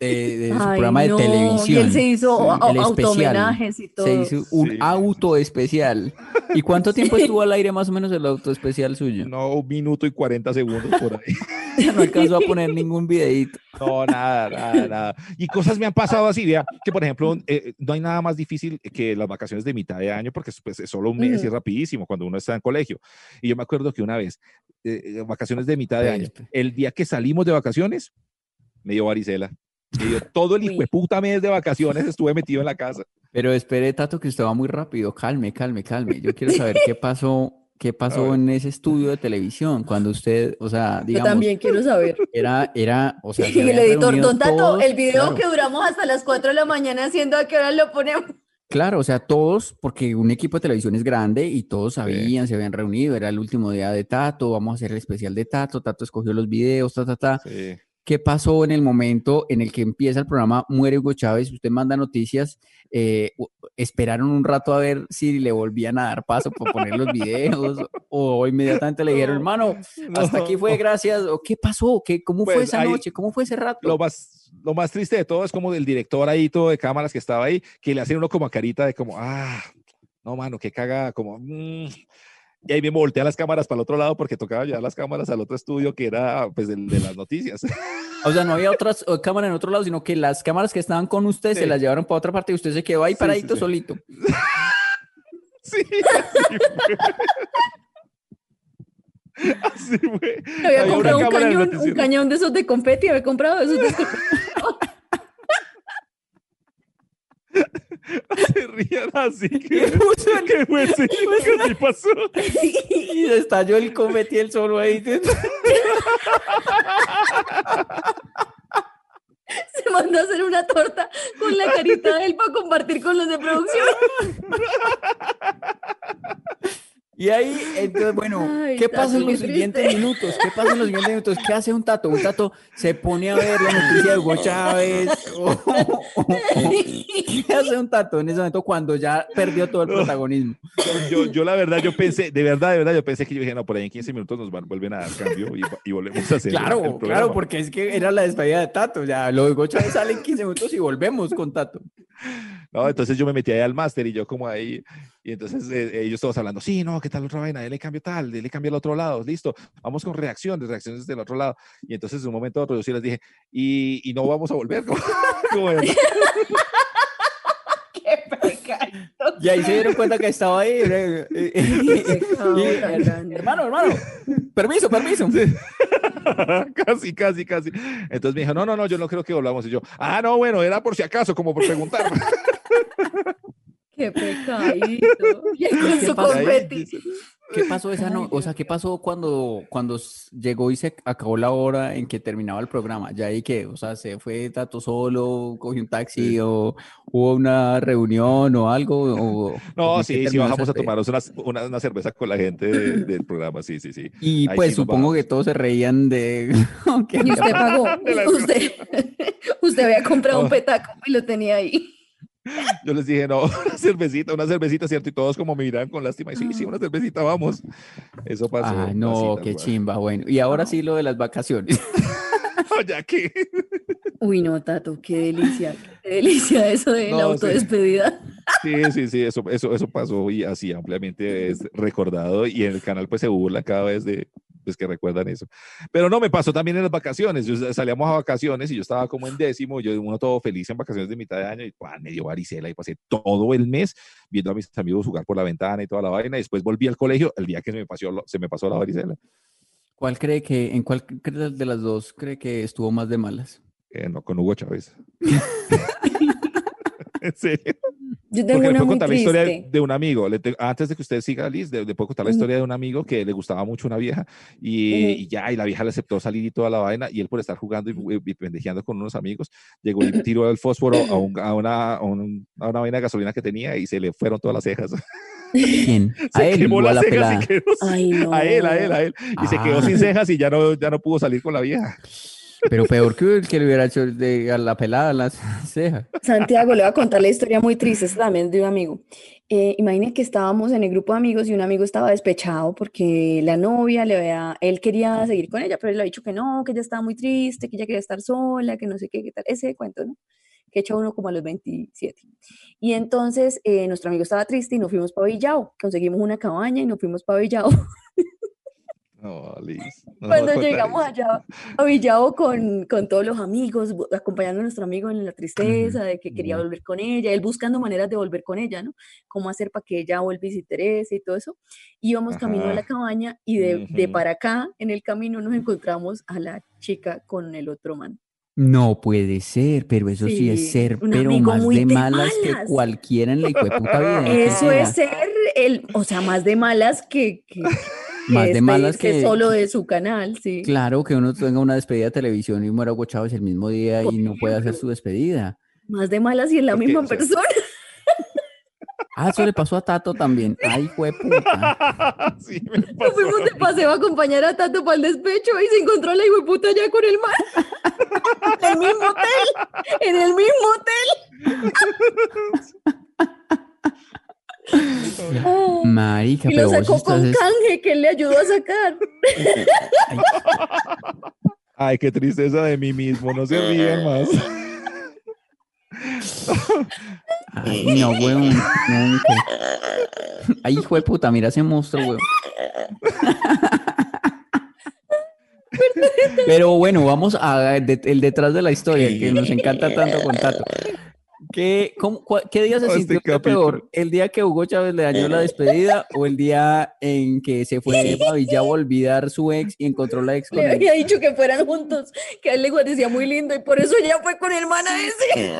Speaker 6: de, de su
Speaker 8: Ay,
Speaker 6: programa
Speaker 8: no,
Speaker 6: de televisión.
Speaker 8: y él se hizo
Speaker 6: Sí,
Speaker 8: au-
Speaker 6: el especial.
Speaker 8: autohomenajes y
Speaker 6: Se
Speaker 8: todo.
Speaker 6: hizo un auto especial. ¿Y cuánto
Speaker 8: [LAUGHS]
Speaker 6: tiempo estuvo al aire más o menos el auto especial suyo?
Speaker 7: No, un minuto y 40 segundos por ahí.
Speaker 6: no alcanzó a poner ningún videito.
Speaker 7: No, nada, nada, nada. Y cosas me han pasado así, vea, que por ejemplo, eh, no hay nada más difícil que las vacaciones de mitad de año, porque es, pues, es solo un mes y es
Speaker 10: Ujú.
Speaker 7: rapidísimo cuando uno está en colegio. Y yo me acuerdo que una vez, eh, eh, vacaciones de mitad de año, el día que salimos de vacaciones, me dio varicela. Me dio todo el hijo de puta mes de vacaciones, estuve metido en la casa.
Speaker 6: Pero espere, Tato, que usted va muy rápido. Calme, calme, calme. Yo quiero saber
Speaker 8: [LAUGHS]
Speaker 6: qué pasó, qué pasó en ese estudio de televisión cuando usted, o sea,
Speaker 8: [LAUGHS] Yo
Speaker 6: digamos,
Speaker 8: también quiero saber.
Speaker 6: era, era, o
Speaker 8: [LAUGHS]
Speaker 6: sea, se
Speaker 8: Y el
Speaker 6: habían
Speaker 8: editor,
Speaker 6: reunido
Speaker 8: don Tato,
Speaker 6: todos,
Speaker 8: el video
Speaker 6: claro.
Speaker 8: que duramos hasta las 4 de la mañana haciendo, ¿a qué hora lo ponemos? [LAUGHS]
Speaker 6: Claro, o sea, todos, porque un equipo de televisión es grande y todos sabían, se habían reunido, era el último día de Tato, vamos a hacer el especial de Tato, Tato escogió los videos, ta, ta, ta. ¿Qué pasó en el momento en el que empieza el programa Muere Hugo Chávez? Usted manda noticias, eh, u- esperaron un rato a ver si le volvían a dar paso por poner los videos o inmediatamente le dijeron, hermano, hasta aquí fue, gracias, o qué pasó, ¿Qué, cómo fue
Speaker 7: Pues,
Speaker 6: esa
Speaker 7: ahí-
Speaker 6: noche, cómo fue ese rato.
Speaker 7: Lo más, lo más triste de todo es como el director ahí, todo de cámaras que estaba ahí, que le hacen uno como carita de como, ah, no, mano, que caga, como, "Mm". y ahí me voltea las cámaras para el otro lado porque tocaba llevar las cámaras al otro estudio que era, pues, el de las noticias. [LAUGHS]
Speaker 6: O sea, no había otras eh, cámaras en otro lado, sino que las cámaras que estaban con usted se
Speaker 7: Sí.
Speaker 6: las llevaron para otra parte y usted se quedó ahí
Speaker 7: Sí, sí,
Speaker 6: paradito
Speaker 7: sí.
Speaker 6: solito.
Speaker 7: Sí, así fue. Así fue.
Speaker 8: Había
Speaker 7: Había una
Speaker 8: comprado un
Speaker 7: cámara del
Speaker 8: cañón, un
Speaker 7: noticiero. [LAUGHS]
Speaker 8: cañón de esos de confeti, había comprado de esos
Speaker 6: [LAUGHS]
Speaker 8: de
Speaker 7: Se rían así que, que fue así, que sí pasó.
Speaker 6: Y se estalló el cometi el solo
Speaker 7: [LAUGHS]
Speaker 6: ahí.
Speaker 8: [LAUGHS] se mandó a hacer una torta con la carita de él para compartir con los
Speaker 7: [LAUGHS]
Speaker 8: de producción.
Speaker 6: Y ahí, entonces, bueno,
Speaker 8: [LAUGHS] Ay,
Speaker 6: ¿qué pasa
Speaker 8: Tato,
Speaker 6: en
Speaker 8: qué
Speaker 6: los
Speaker 8: triste.
Speaker 6: siguientes minutos? ¿Qué pasa en los siguientes minutos? ¿Qué hace un tato? Un tato se pone a ver la noticia de Hugo
Speaker 8: [LAUGHS]
Speaker 6: Chávez. [LAUGHS] o- o- o- ¿Qué hace un tato en ese momento cuando ya perdió todo el
Speaker 8: [LAUGHS]
Speaker 6: protagonismo?
Speaker 7: Yo, yo la verdad, yo pensé, de verdad, de verdad, yo pensé que yo dije, no, por ahí en 15 minutos nos van, vuelven a dar cambio y, y volvemos a hacer. el
Speaker 6: Claro, claro,
Speaker 7: programa.
Speaker 6: porque es que era la despedida de Tato. Ya lo de Hugo Chávez sale en 15 minutos y volvemos con Tato.
Speaker 7: No, entonces yo me metí ahí al máster y yo como ahí, y entonces eh, ellos todos hablando, sí, no, ¿qué tal otra vaina? Dele cambio tal, dele cambio al otro lado, listo, vamos con reacciones, reacciones del otro lado. Y entonces de un momento a otro yo sí les dije, y, y no vamos a volver. [LAUGHS] como- como de- [LAUGHS]
Speaker 6: Y ahí se dieron cuenta que estaba ahí. eh, eh,
Speaker 8: [LAUGHS]
Speaker 6: [LAUGHS] eh, y, hermano, hermano, permiso, permiso.
Speaker 7: casi, casi, casi. Entonces me dijo, no, no, no, yo no creo que volvamos. Y yo, ah, no, bueno, era por si acaso, como por preguntar. [LAUGHS]
Speaker 8: Qué pecadito. Y él con
Speaker 6: ¿Qué
Speaker 8: su
Speaker 6: pasó ahí?
Speaker 8: confeti. [LAUGHS]
Speaker 6: ¿Qué pasó esa noche? O sea, ¿qué pasó cuando, cuando s- llegó y se acabó la hora en que terminaba el programa? Ya ahí que, o sea, se fue Tato solo, cogió un taxi o hubo una reunión o algo.
Speaker 7: [LAUGHS]
Speaker 6: o- [LAUGHS]
Speaker 7: No,
Speaker 6: ¿en qué
Speaker 7: sí, sí,
Speaker 6: terminó esa
Speaker 7: vamos a
Speaker 6: despedida?
Speaker 7: tomarnos una, una, una cerveza con la gente de- del programa, sí, sí, sí.
Speaker 6: Y
Speaker 7: Ahí
Speaker 6: pues
Speaker 7: sí nos
Speaker 6: supongo que todos se reían de... [LAUGHS] que
Speaker 8: Y usted pagó.
Speaker 7: De la-
Speaker 8: [LAUGHS] Usted, usted había comprado un
Speaker 7: No.
Speaker 8: petaco y lo tenía ahí.
Speaker 7: Yo les dije, no, [LAUGHS] una cervecita, una cervecita, ¿cierto? Y todos como me miran con lástima. Y sí, sí, una cervecita, vamos. Eso pasó.
Speaker 6: Ah, no,
Speaker 7: así, tal
Speaker 6: qué
Speaker 7: cual. [LAUGHS]
Speaker 6: chimba. Bueno, y ahora sí lo de las vacaciones. [LAUGHS]
Speaker 7: Ya que.
Speaker 8: Uy, no, Tato, qué delicia. Qué delicia eso de la
Speaker 7: No, sí.
Speaker 8: autodespedida.
Speaker 7: Sí, sí, sí, eso, eso, eso pasó y así ampliamente es recordado. Y en el canal pues se burla cada vez de, pues que recuerdan eso. Pero no, me pasó también en las vacaciones. Yo- salíamos a vacaciones y yo estaba como en décimo, yo uno todo feliz en vacaciones de mitad de año y ¡guau! me dio varicela y pasé todo el mes viendo a mis amigos jugar por la ventana y toda la vaina. Y después volví al colegio el día que se me pasó, lo- se me pasó la varicela.
Speaker 6: ¿Cuál cree que, en cuál cre- de las dos cree que estuvo más de malas?
Speaker 7: Eh, no, con Hugo
Speaker 8: [LAUGHS]
Speaker 7: Chávez. [LAUGHS] ¿En serio?
Speaker 8: Yo
Speaker 7: Porque
Speaker 8: tengo
Speaker 7: le
Speaker 8: una
Speaker 7: puedo
Speaker 8: muy
Speaker 7: contar la historia de-
Speaker 8: triste.
Speaker 7: de un amigo. Le te- antes de que usted siga, Liz, le, le puedo contar la
Speaker 8: Ujú.
Speaker 7: historia de un amigo que le gustaba mucho una vieja y, y ya, y la vieja le aceptó salir y toda la vaina. Y él, por estar jugando y, y pendejeando con unos amigos, llegó y tiró el fósforo a, un- a una, a un- a una vaina de gasolina que tenía y se le fueron todas las cejas. [LAUGHS]
Speaker 6: ¿Quién?
Speaker 7: Se
Speaker 6: ¿A él
Speaker 7: quemó
Speaker 6: o a
Speaker 7: las
Speaker 6: la
Speaker 7: cejas
Speaker 6: pelada?
Speaker 7: y quedó sin-
Speaker 8: Ay,
Speaker 7: [LAUGHS]
Speaker 8: no.
Speaker 7: A él, a él, a él. Y se quedó
Speaker 6: Ah.
Speaker 7: sin cejas y ya no, ya no pudo salir con la vieja.
Speaker 6: Pero peor que el que le hubiera hecho de, a la pelada las [LAUGHS] cejas.
Speaker 8: Santiago, le voy a contar la historia muy triste, esta también es de un amigo. Eh, imagine que estábamos en el grupo de amigos y un amigo estaba despechado porque la novia le había, él quería seguir con ella, pero él le ha dicho que no, que ella estaba muy triste, que ella quería estar sola, que no sé qué, qué tal, ese cuento, ¿no? Que echa uno como a los 27. Y entonces eh, nuestro amigo estaba triste y nos fuimos para Villao, conseguimos una cabaña y nos fuimos para Villao.
Speaker 7: No, Liz. no, no,
Speaker 8: Cuando
Speaker 7: cuenta
Speaker 8: llegamos
Speaker 7: eso.
Speaker 8: allá a Villavo con, con todos los amigos, bu- acompañando a nuestro amigo en la tristeza de que quería
Speaker 6: Ujú.
Speaker 8: volver con ella, él buscando maneras de volver con ella, ¿no? Cómo hacer para que ella vuelva y se interese y todo eso. Íbamos camino a la
Speaker 7: Ajá.
Speaker 8: cabaña y de, de
Speaker 7: Ujú.
Speaker 8: para acá, en el camino, nos encontramos a la chica con el otro man.
Speaker 6: No puede ser, pero eso sí,
Speaker 8: Sí,
Speaker 6: es ser,
Speaker 8: un
Speaker 6: pero
Speaker 8: amigo
Speaker 6: más
Speaker 8: muy
Speaker 6: de
Speaker 8: de
Speaker 6: malas que
Speaker 8: malas.
Speaker 6: cualquiera en este la hijueputa
Speaker 8: [LAUGHS]
Speaker 6: vida. que
Speaker 8: Eso es
Speaker 6: sea.
Speaker 8: ser, el, o sea, más de malas que, que, que
Speaker 6: Más de malas
Speaker 8: despedirse
Speaker 6: que-
Speaker 8: este, solo de su canal, sí.
Speaker 6: Claro que uno tenga una despedida de televisión y muera Hugo Chávez el mismo día y no pueda hacer su despedida.
Speaker 8: Más de malas y en la
Speaker 7: Porque,
Speaker 8: misma
Speaker 7: o sea,
Speaker 8: persona.
Speaker 6: Ah, eso le pasó a Tato también. Ay,
Speaker 8: [LAUGHS]
Speaker 6: jueputa.
Speaker 7: [LAUGHS] sí, me
Speaker 8: Nos
Speaker 7: pasó.
Speaker 8: fuimos de paseo a acompañar a Tato para el despecho y se encontró la puta ya con el mar. [LAUGHS] En el mismo hotel. En el mismo hotel. Ah,
Speaker 6: Marica,
Speaker 8: y lo
Speaker 6: pero vos
Speaker 8: sacó con
Speaker 6: estás...
Speaker 8: canje que él le ayudó a sacar.
Speaker 7: Ay, qué tristeza de mí mismo, no se rían más.
Speaker 6: Ay,
Speaker 7: Eh,
Speaker 6: no, weón. Nunca.
Speaker 7: [LAUGHS]
Speaker 6: Ay, jueputa, mira ese monstruo, weón. Pero bueno, vamos a de- el detrás de la historia, que nos encanta tanto contar. ¿Qué, cómo- cua- qué día se
Speaker 7: Este
Speaker 6: sintió usted
Speaker 7: capítulo. Eh.
Speaker 6: peor? ¿El día que Hugo Chávez le dañó la despedida o el día en que se
Speaker 7: [LAUGHS]
Speaker 6: fue a Villavo a olvidar su ex y encontró la ex con
Speaker 8: Le
Speaker 6: él?
Speaker 8: había dicho que fueran juntos, que a él le parecía muy lindo y por eso ya fue con el man a ese.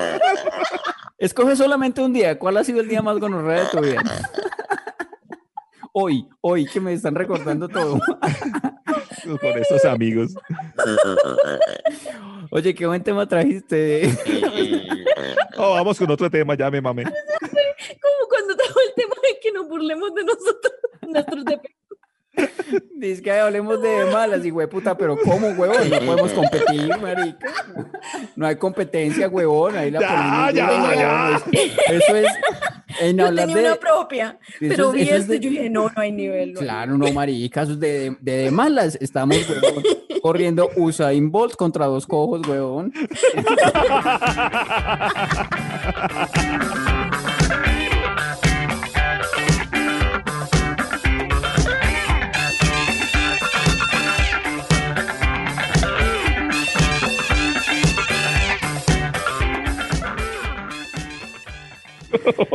Speaker 6: Escoge solamente un día. ¿Cuál ha sido el día más gonorrea de tu vida? Hoy, hoy que me están recordando todo.
Speaker 7: [LAUGHS] Con estos amigos.
Speaker 6: Oye, qué buen tema trajiste.
Speaker 7: Oh, vamos con otro tema, ya me mamé.
Speaker 8: Como cuando trajo el tema de que nos burlemos de nosotros, nuestros depechos.
Speaker 6: Dice que hablemos de malas y puta, pero ¿cómo, huevón? No podemos competir, marica. No hay competencia, huevón. Ahí la
Speaker 7: Ya,
Speaker 6: ponemos
Speaker 7: ya,
Speaker 6: duro,
Speaker 7: ya.
Speaker 6: huevón. Eso es en
Speaker 8: Yo
Speaker 6: hablar
Speaker 8: tenía
Speaker 6: de.
Speaker 8: una propia,
Speaker 6: eso
Speaker 8: pero
Speaker 6: es-
Speaker 8: vi
Speaker 6: eso es
Speaker 8: esto y
Speaker 6: de-
Speaker 8: yo dije, no, no hay nivel. no hay
Speaker 6: Claro, no, marica, eso es de, de, de malas. Estamos huevón, corriendo Usain Bolt contra dos cojos, huevón.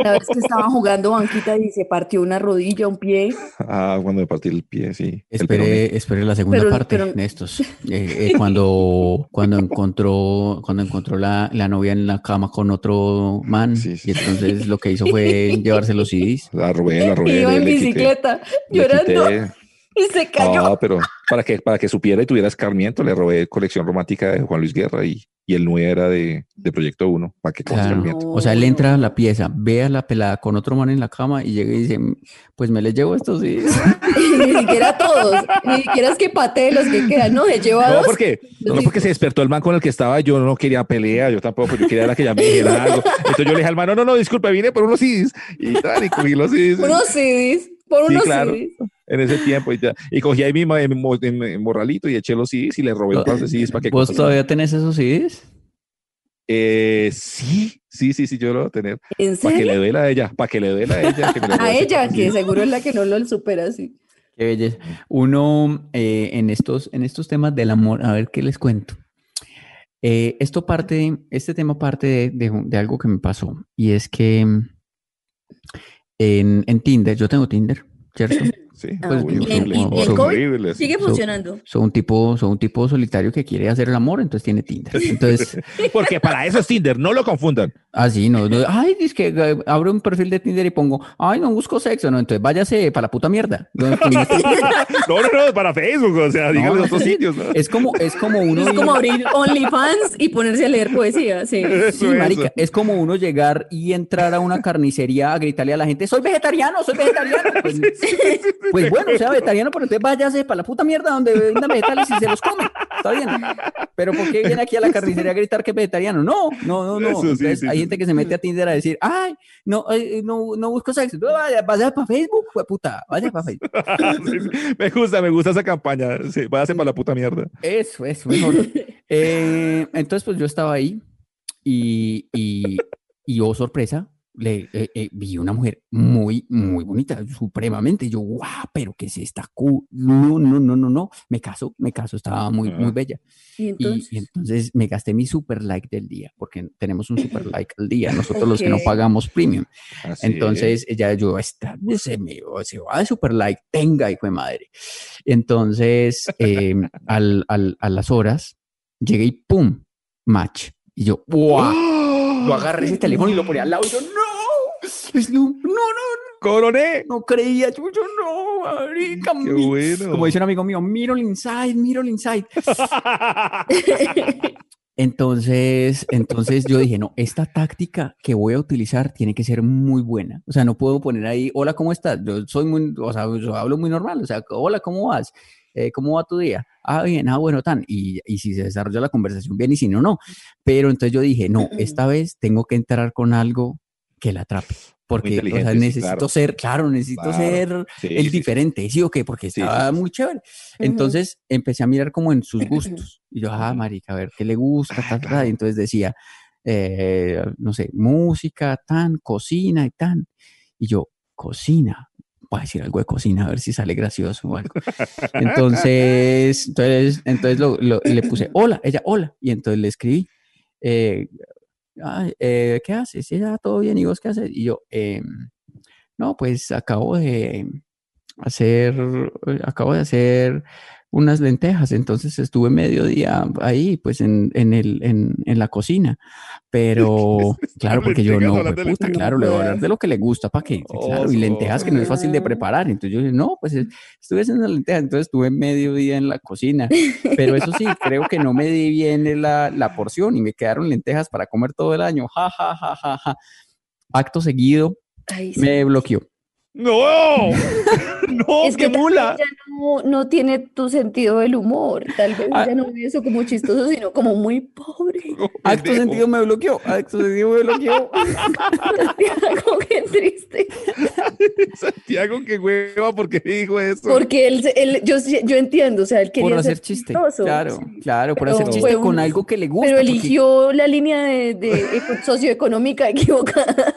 Speaker 8: La vez que estaba jugando banquita y se partió una rodilla, un pie.
Speaker 7: Ah, cuando me partí el pie, sí. el peroné.
Speaker 6: Esperé, esperé la segunda
Speaker 8: Pero-
Speaker 6: parte
Speaker 8: pero-
Speaker 6: de
Speaker 8: [LAUGHS]
Speaker 6: estos. Eh, cuando, cuando encontró, cuando encontró la, la novia en la cama con otro man,
Speaker 7: Sí, sí,
Speaker 6: y
Speaker 7: sí.
Speaker 6: entonces lo que hizo
Speaker 8: [LAUGHS]
Speaker 6: fue llevarse los CDs.
Speaker 7: La robé, la robé.
Speaker 8: iba
Speaker 7: le-
Speaker 8: en
Speaker 7: le quité,
Speaker 8: bicicleta
Speaker 7: le
Speaker 8: llorando
Speaker 7: quité.
Speaker 8: y se cayó. [LAUGHS]
Speaker 7: Ah, pero para que, para que supiera y tuviera escarmiento, le robé colección romántica de Juan Luis Guerra y, y el 9 era de, de Proyecto 1, para que con
Speaker 6: Claro.
Speaker 7: escarmiento.
Speaker 6: O sea, él entra a la pieza, ve a la pelada con otro man en la cama y llega y dice, pues me les llevo estos CDs.
Speaker 8: ni siquiera todos. Ni siquiera es que patee los que quedan. No, se lleva
Speaker 7: No,
Speaker 8: dos.
Speaker 7: porque,
Speaker 8: Los
Speaker 7: no porque se despertó el man con el que estaba, yo no quería pelea, yo tampoco, yo quería era que ya me dijera algo. Entonces yo le dije al man, no, no, no, disculpa, vine por unos CDs. Y tal, y cogí los CDs.
Speaker 8: Unos CDs. Por
Speaker 7: Sí,
Speaker 8: unos
Speaker 7: claro.
Speaker 8: CDs.
Speaker 7: en ese tiempo y ya. Y cogí ahí mi, ma- mi mo- mi morralito y eché los CDs y le robé un par de CDs para que
Speaker 6: [LAUGHS] ¿Vos
Speaker 7: cosas-
Speaker 6: todavía tenés esos CDs?
Speaker 7: Eh, sí, sí, sí, sí, yo lo voy a tener.
Speaker 8: ¿En
Speaker 7: Para que le
Speaker 8: serio?
Speaker 7: duela a ella, para que le duela a ella. que me la
Speaker 8: [LAUGHS] A
Speaker 7: robe ese
Speaker 8: ella,
Speaker 7: par de
Speaker 8: que
Speaker 7: CDs.
Speaker 8: seguro es la que no lo supera así.
Speaker 6: Qué belleza. Uno, eh, en, estos, en estos temas del amor, a ver qué les cuento. Eh, esto parte, este tema parte de, de un- de algo que me pasó y es que mm, en, en Tinder, yo tengo Tinder,
Speaker 8: [LAUGHS]
Speaker 6: ¿cierto?
Speaker 7: Sí,
Speaker 8: Ah,
Speaker 6: yo
Speaker 8: y, el,
Speaker 6: soy-
Speaker 8: y- y el
Speaker 6: soy-
Speaker 8: COVID sigue [LAUGHS]
Speaker 6: So-
Speaker 8: funcionando.
Speaker 6: Soy un tipo, soy un tipo solitario que quiere hacer el amor, entonces tiene Tinder.
Speaker 8: [LAUGHS]
Speaker 6: Entonces,
Speaker 7: Porque para eso es Tinder, no lo confundan.
Speaker 6: así no, no, ay, es que eh, abro un perfil de Tinder y pongo, ay, no busco sexo, no, entonces váyase para la puta mierda. No,
Speaker 8: [LAUGHS]
Speaker 6: es como-
Speaker 7: No, no, no, para Facebook, o sea, díganle
Speaker 6: No.
Speaker 7: otros sitios. ¿no?
Speaker 6: es como, es como uno
Speaker 8: Es
Speaker 6: ir-
Speaker 8: como abrir OnlyFans y ponerse a leer
Speaker 7: [LAUGHS]
Speaker 8: poesía. Sí.
Speaker 6: Sí,
Speaker 7: Eso,
Speaker 6: marica,
Speaker 7: eso.
Speaker 6: es como uno llegar y entrar a una carnicería a gritarle a la gente, soy vegetariano, soy
Speaker 7: [LAUGHS]
Speaker 6: vegetariano. Pues, pues bueno, sea vegetariano, pero entonces váyase para la puta mierda donde vendan vegetales y se los come. Está bien. Pero ¿por qué viene aquí a la carnicería a gritar que es vegetariano? No, no, no, no.
Speaker 7: Eso sí,
Speaker 6: Entonces,
Speaker 7: sí,
Speaker 6: hay
Speaker 7: sí,
Speaker 6: gente que se mete a Tinder a decir, ay, no, eh, no, no busco sexo. No, Vaya, vaya para Facebook, puta, vaya para Facebook.
Speaker 7: Sí, sí. [LAUGHS] me gusta, me gusta esa campaña. Sí, váyase para la puta mierda.
Speaker 6: Eso,
Speaker 8: [LAUGHS]
Speaker 6: eso, mejor. Eh, entonces, pues yo estaba ahí y, y, y oh, sorpresa, le, eh, eh, vi una mujer muy, muy bonita, supremamente. Y yo, guau, pero ¿qué es esta? cu- No, no, no, no, no. Me caso, me caso, estaba muy, muy
Speaker 7: Ah.
Speaker 6: bella.
Speaker 8: Y
Speaker 6: Y-
Speaker 8: entonces,
Speaker 6: Y, entonces me gasté mi super like del día, porque tenemos un super like al día, nosotros los que no
Speaker 8: Ok.
Speaker 6: pagamos premium.
Speaker 7: Así
Speaker 6: Entonces ella, yo, esta, se me se va de super like, tenga, hijo de madre. Entonces, eh, al, al- a las horas, llegué y pum, match. Y yo, ¡Oh! ¡guau!
Speaker 7: ¡Ah!
Speaker 6: Yo agarré ese teléfono y lo ponía al lado. Y yo, ¡no! Es- No, no, no,
Speaker 7: ¡Coroné!
Speaker 6: no creía. Yo, yo, no, marica.
Speaker 7: ¡Qué
Speaker 6: mi-
Speaker 7: bueno!
Speaker 6: Como dice un amigo mío, miro el inside, miro el
Speaker 7: [LAUGHS]
Speaker 6: inside. Entonces, entonces yo dije, no, esta táctica que voy a utilizar tiene que ser muy buena. O sea, no puedo poner ahí, hola, ¿cómo estás? Yo soy muy, o sea, yo hablo muy normal. O sea, hola, ¿cómo vas? Eh, ¿Cómo va tu día? Ah, bien, ah, bueno, tan. Y, y si se desarrolla la conversación bien y si no, no. Pero entonces yo dije, no, esta vez tengo que entrar con algo que la atrape. Porque o sea,
Speaker 7: inteligente, sí,
Speaker 6: necesito
Speaker 7: claro.
Speaker 6: ser, claro, necesito
Speaker 7: Claro.
Speaker 6: ser
Speaker 7: Sí,
Speaker 6: el
Speaker 7: sí, sí.
Speaker 6: diferente, sí, o qué, porque
Speaker 7: Sí,
Speaker 6: estaba
Speaker 7: sí,
Speaker 6: muy chévere. Entonces empecé a mirar como en sus gustos. Y yo, ah,
Speaker 7: Ujú.
Speaker 6: marica, a ver qué le gusta,
Speaker 7: Ah,
Speaker 6: ta, ta, ta.
Speaker 7: claro.
Speaker 6: Y entonces decía, eh, no sé, música, tan, cocina y tan. Y yo, cocina. Voy a decir algo de cocina, a ver si sale gracioso o algo. Entonces, entonces, entonces lo- lo- le puse hola, ella hola. Y entonces le escribí, eh, "Ay, eh, ¿qué haces? Ella todo bien, ¿y vos qué haces? Y yo, "Em, no, pues acabo de hacer, eh, acabo de hacer unas lentejas, entonces estuve mediodía ahí, pues en, en, el, en, en la
Speaker 7: [LAUGHS]
Speaker 6: cocina, pero claro, porque yo
Speaker 7: Lentejas
Speaker 6: no,
Speaker 7: hablando de
Speaker 6: puta,
Speaker 7: lentejas.
Speaker 6: claro, le voy a hablar de lo que le gusta, ¿para qué?
Speaker 7: Oh,
Speaker 6: Claro, y
Speaker 7: oh.
Speaker 6: lentejas que no es fácil de preparar, entonces yo dije, no, pues es- estuve haciendo lentejas, entonces estuve mediodía en la cocina, pero eso
Speaker 8: [LAUGHS]
Speaker 6: sí, creo que no me di bien la, la porción y me quedaron lentejas para comer todo el año, ja, ja, ja, ja, ja. Acto seguido,
Speaker 8: ay, sí.
Speaker 6: me bloqueó.
Speaker 8: Pues
Speaker 7: ¡No! [LAUGHS] ¡No,
Speaker 8: Es
Speaker 7: qué
Speaker 8: que tal vez
Speaker 7: mula!
Speaker 8: ya no, no tiene tu sentido del humor. Tal vez
Speaker 6: Ah.
Speaker 8: ya no ve eso como chistoso, sino como muy pobre. [LAUGHS]
Speaker 6: Acto
Speaker 7: Pendejo.
Speaker 8: oh.
Speaker 6: sentido me bloqueó. Acto sentido me bloqueó.
Speaker 8: Santiago, qué triste.
Speaker 7: [LAUGHS] Santiago, qué hueva, ¿por qué dijo eso?
Speaker 8: Porque él, él- yo, sí- yo entiendo, o sea, él
Speaker 6: por
Speaker 8: [LAUGHS] quería
Speaker 6: hacer
Speaker 8: ser
Speaker 6: chiste.
Speaker 8: chistoso,
Speaker 6: Claro,
Speaker 8: sí.
Speaker 6: claro, por
Speaker 8: Pero
Speaker 6: hacer
Speaker 8: fue
Speaker 6: chiste
Speaker 8: un-
Speaker 6: con algo que le gusta.
Speaker 8: Pero
Speaker 6: porque-
Speaker 8: eligió la línea de, de eco- socioeconómica [LAUGHS] equivocada.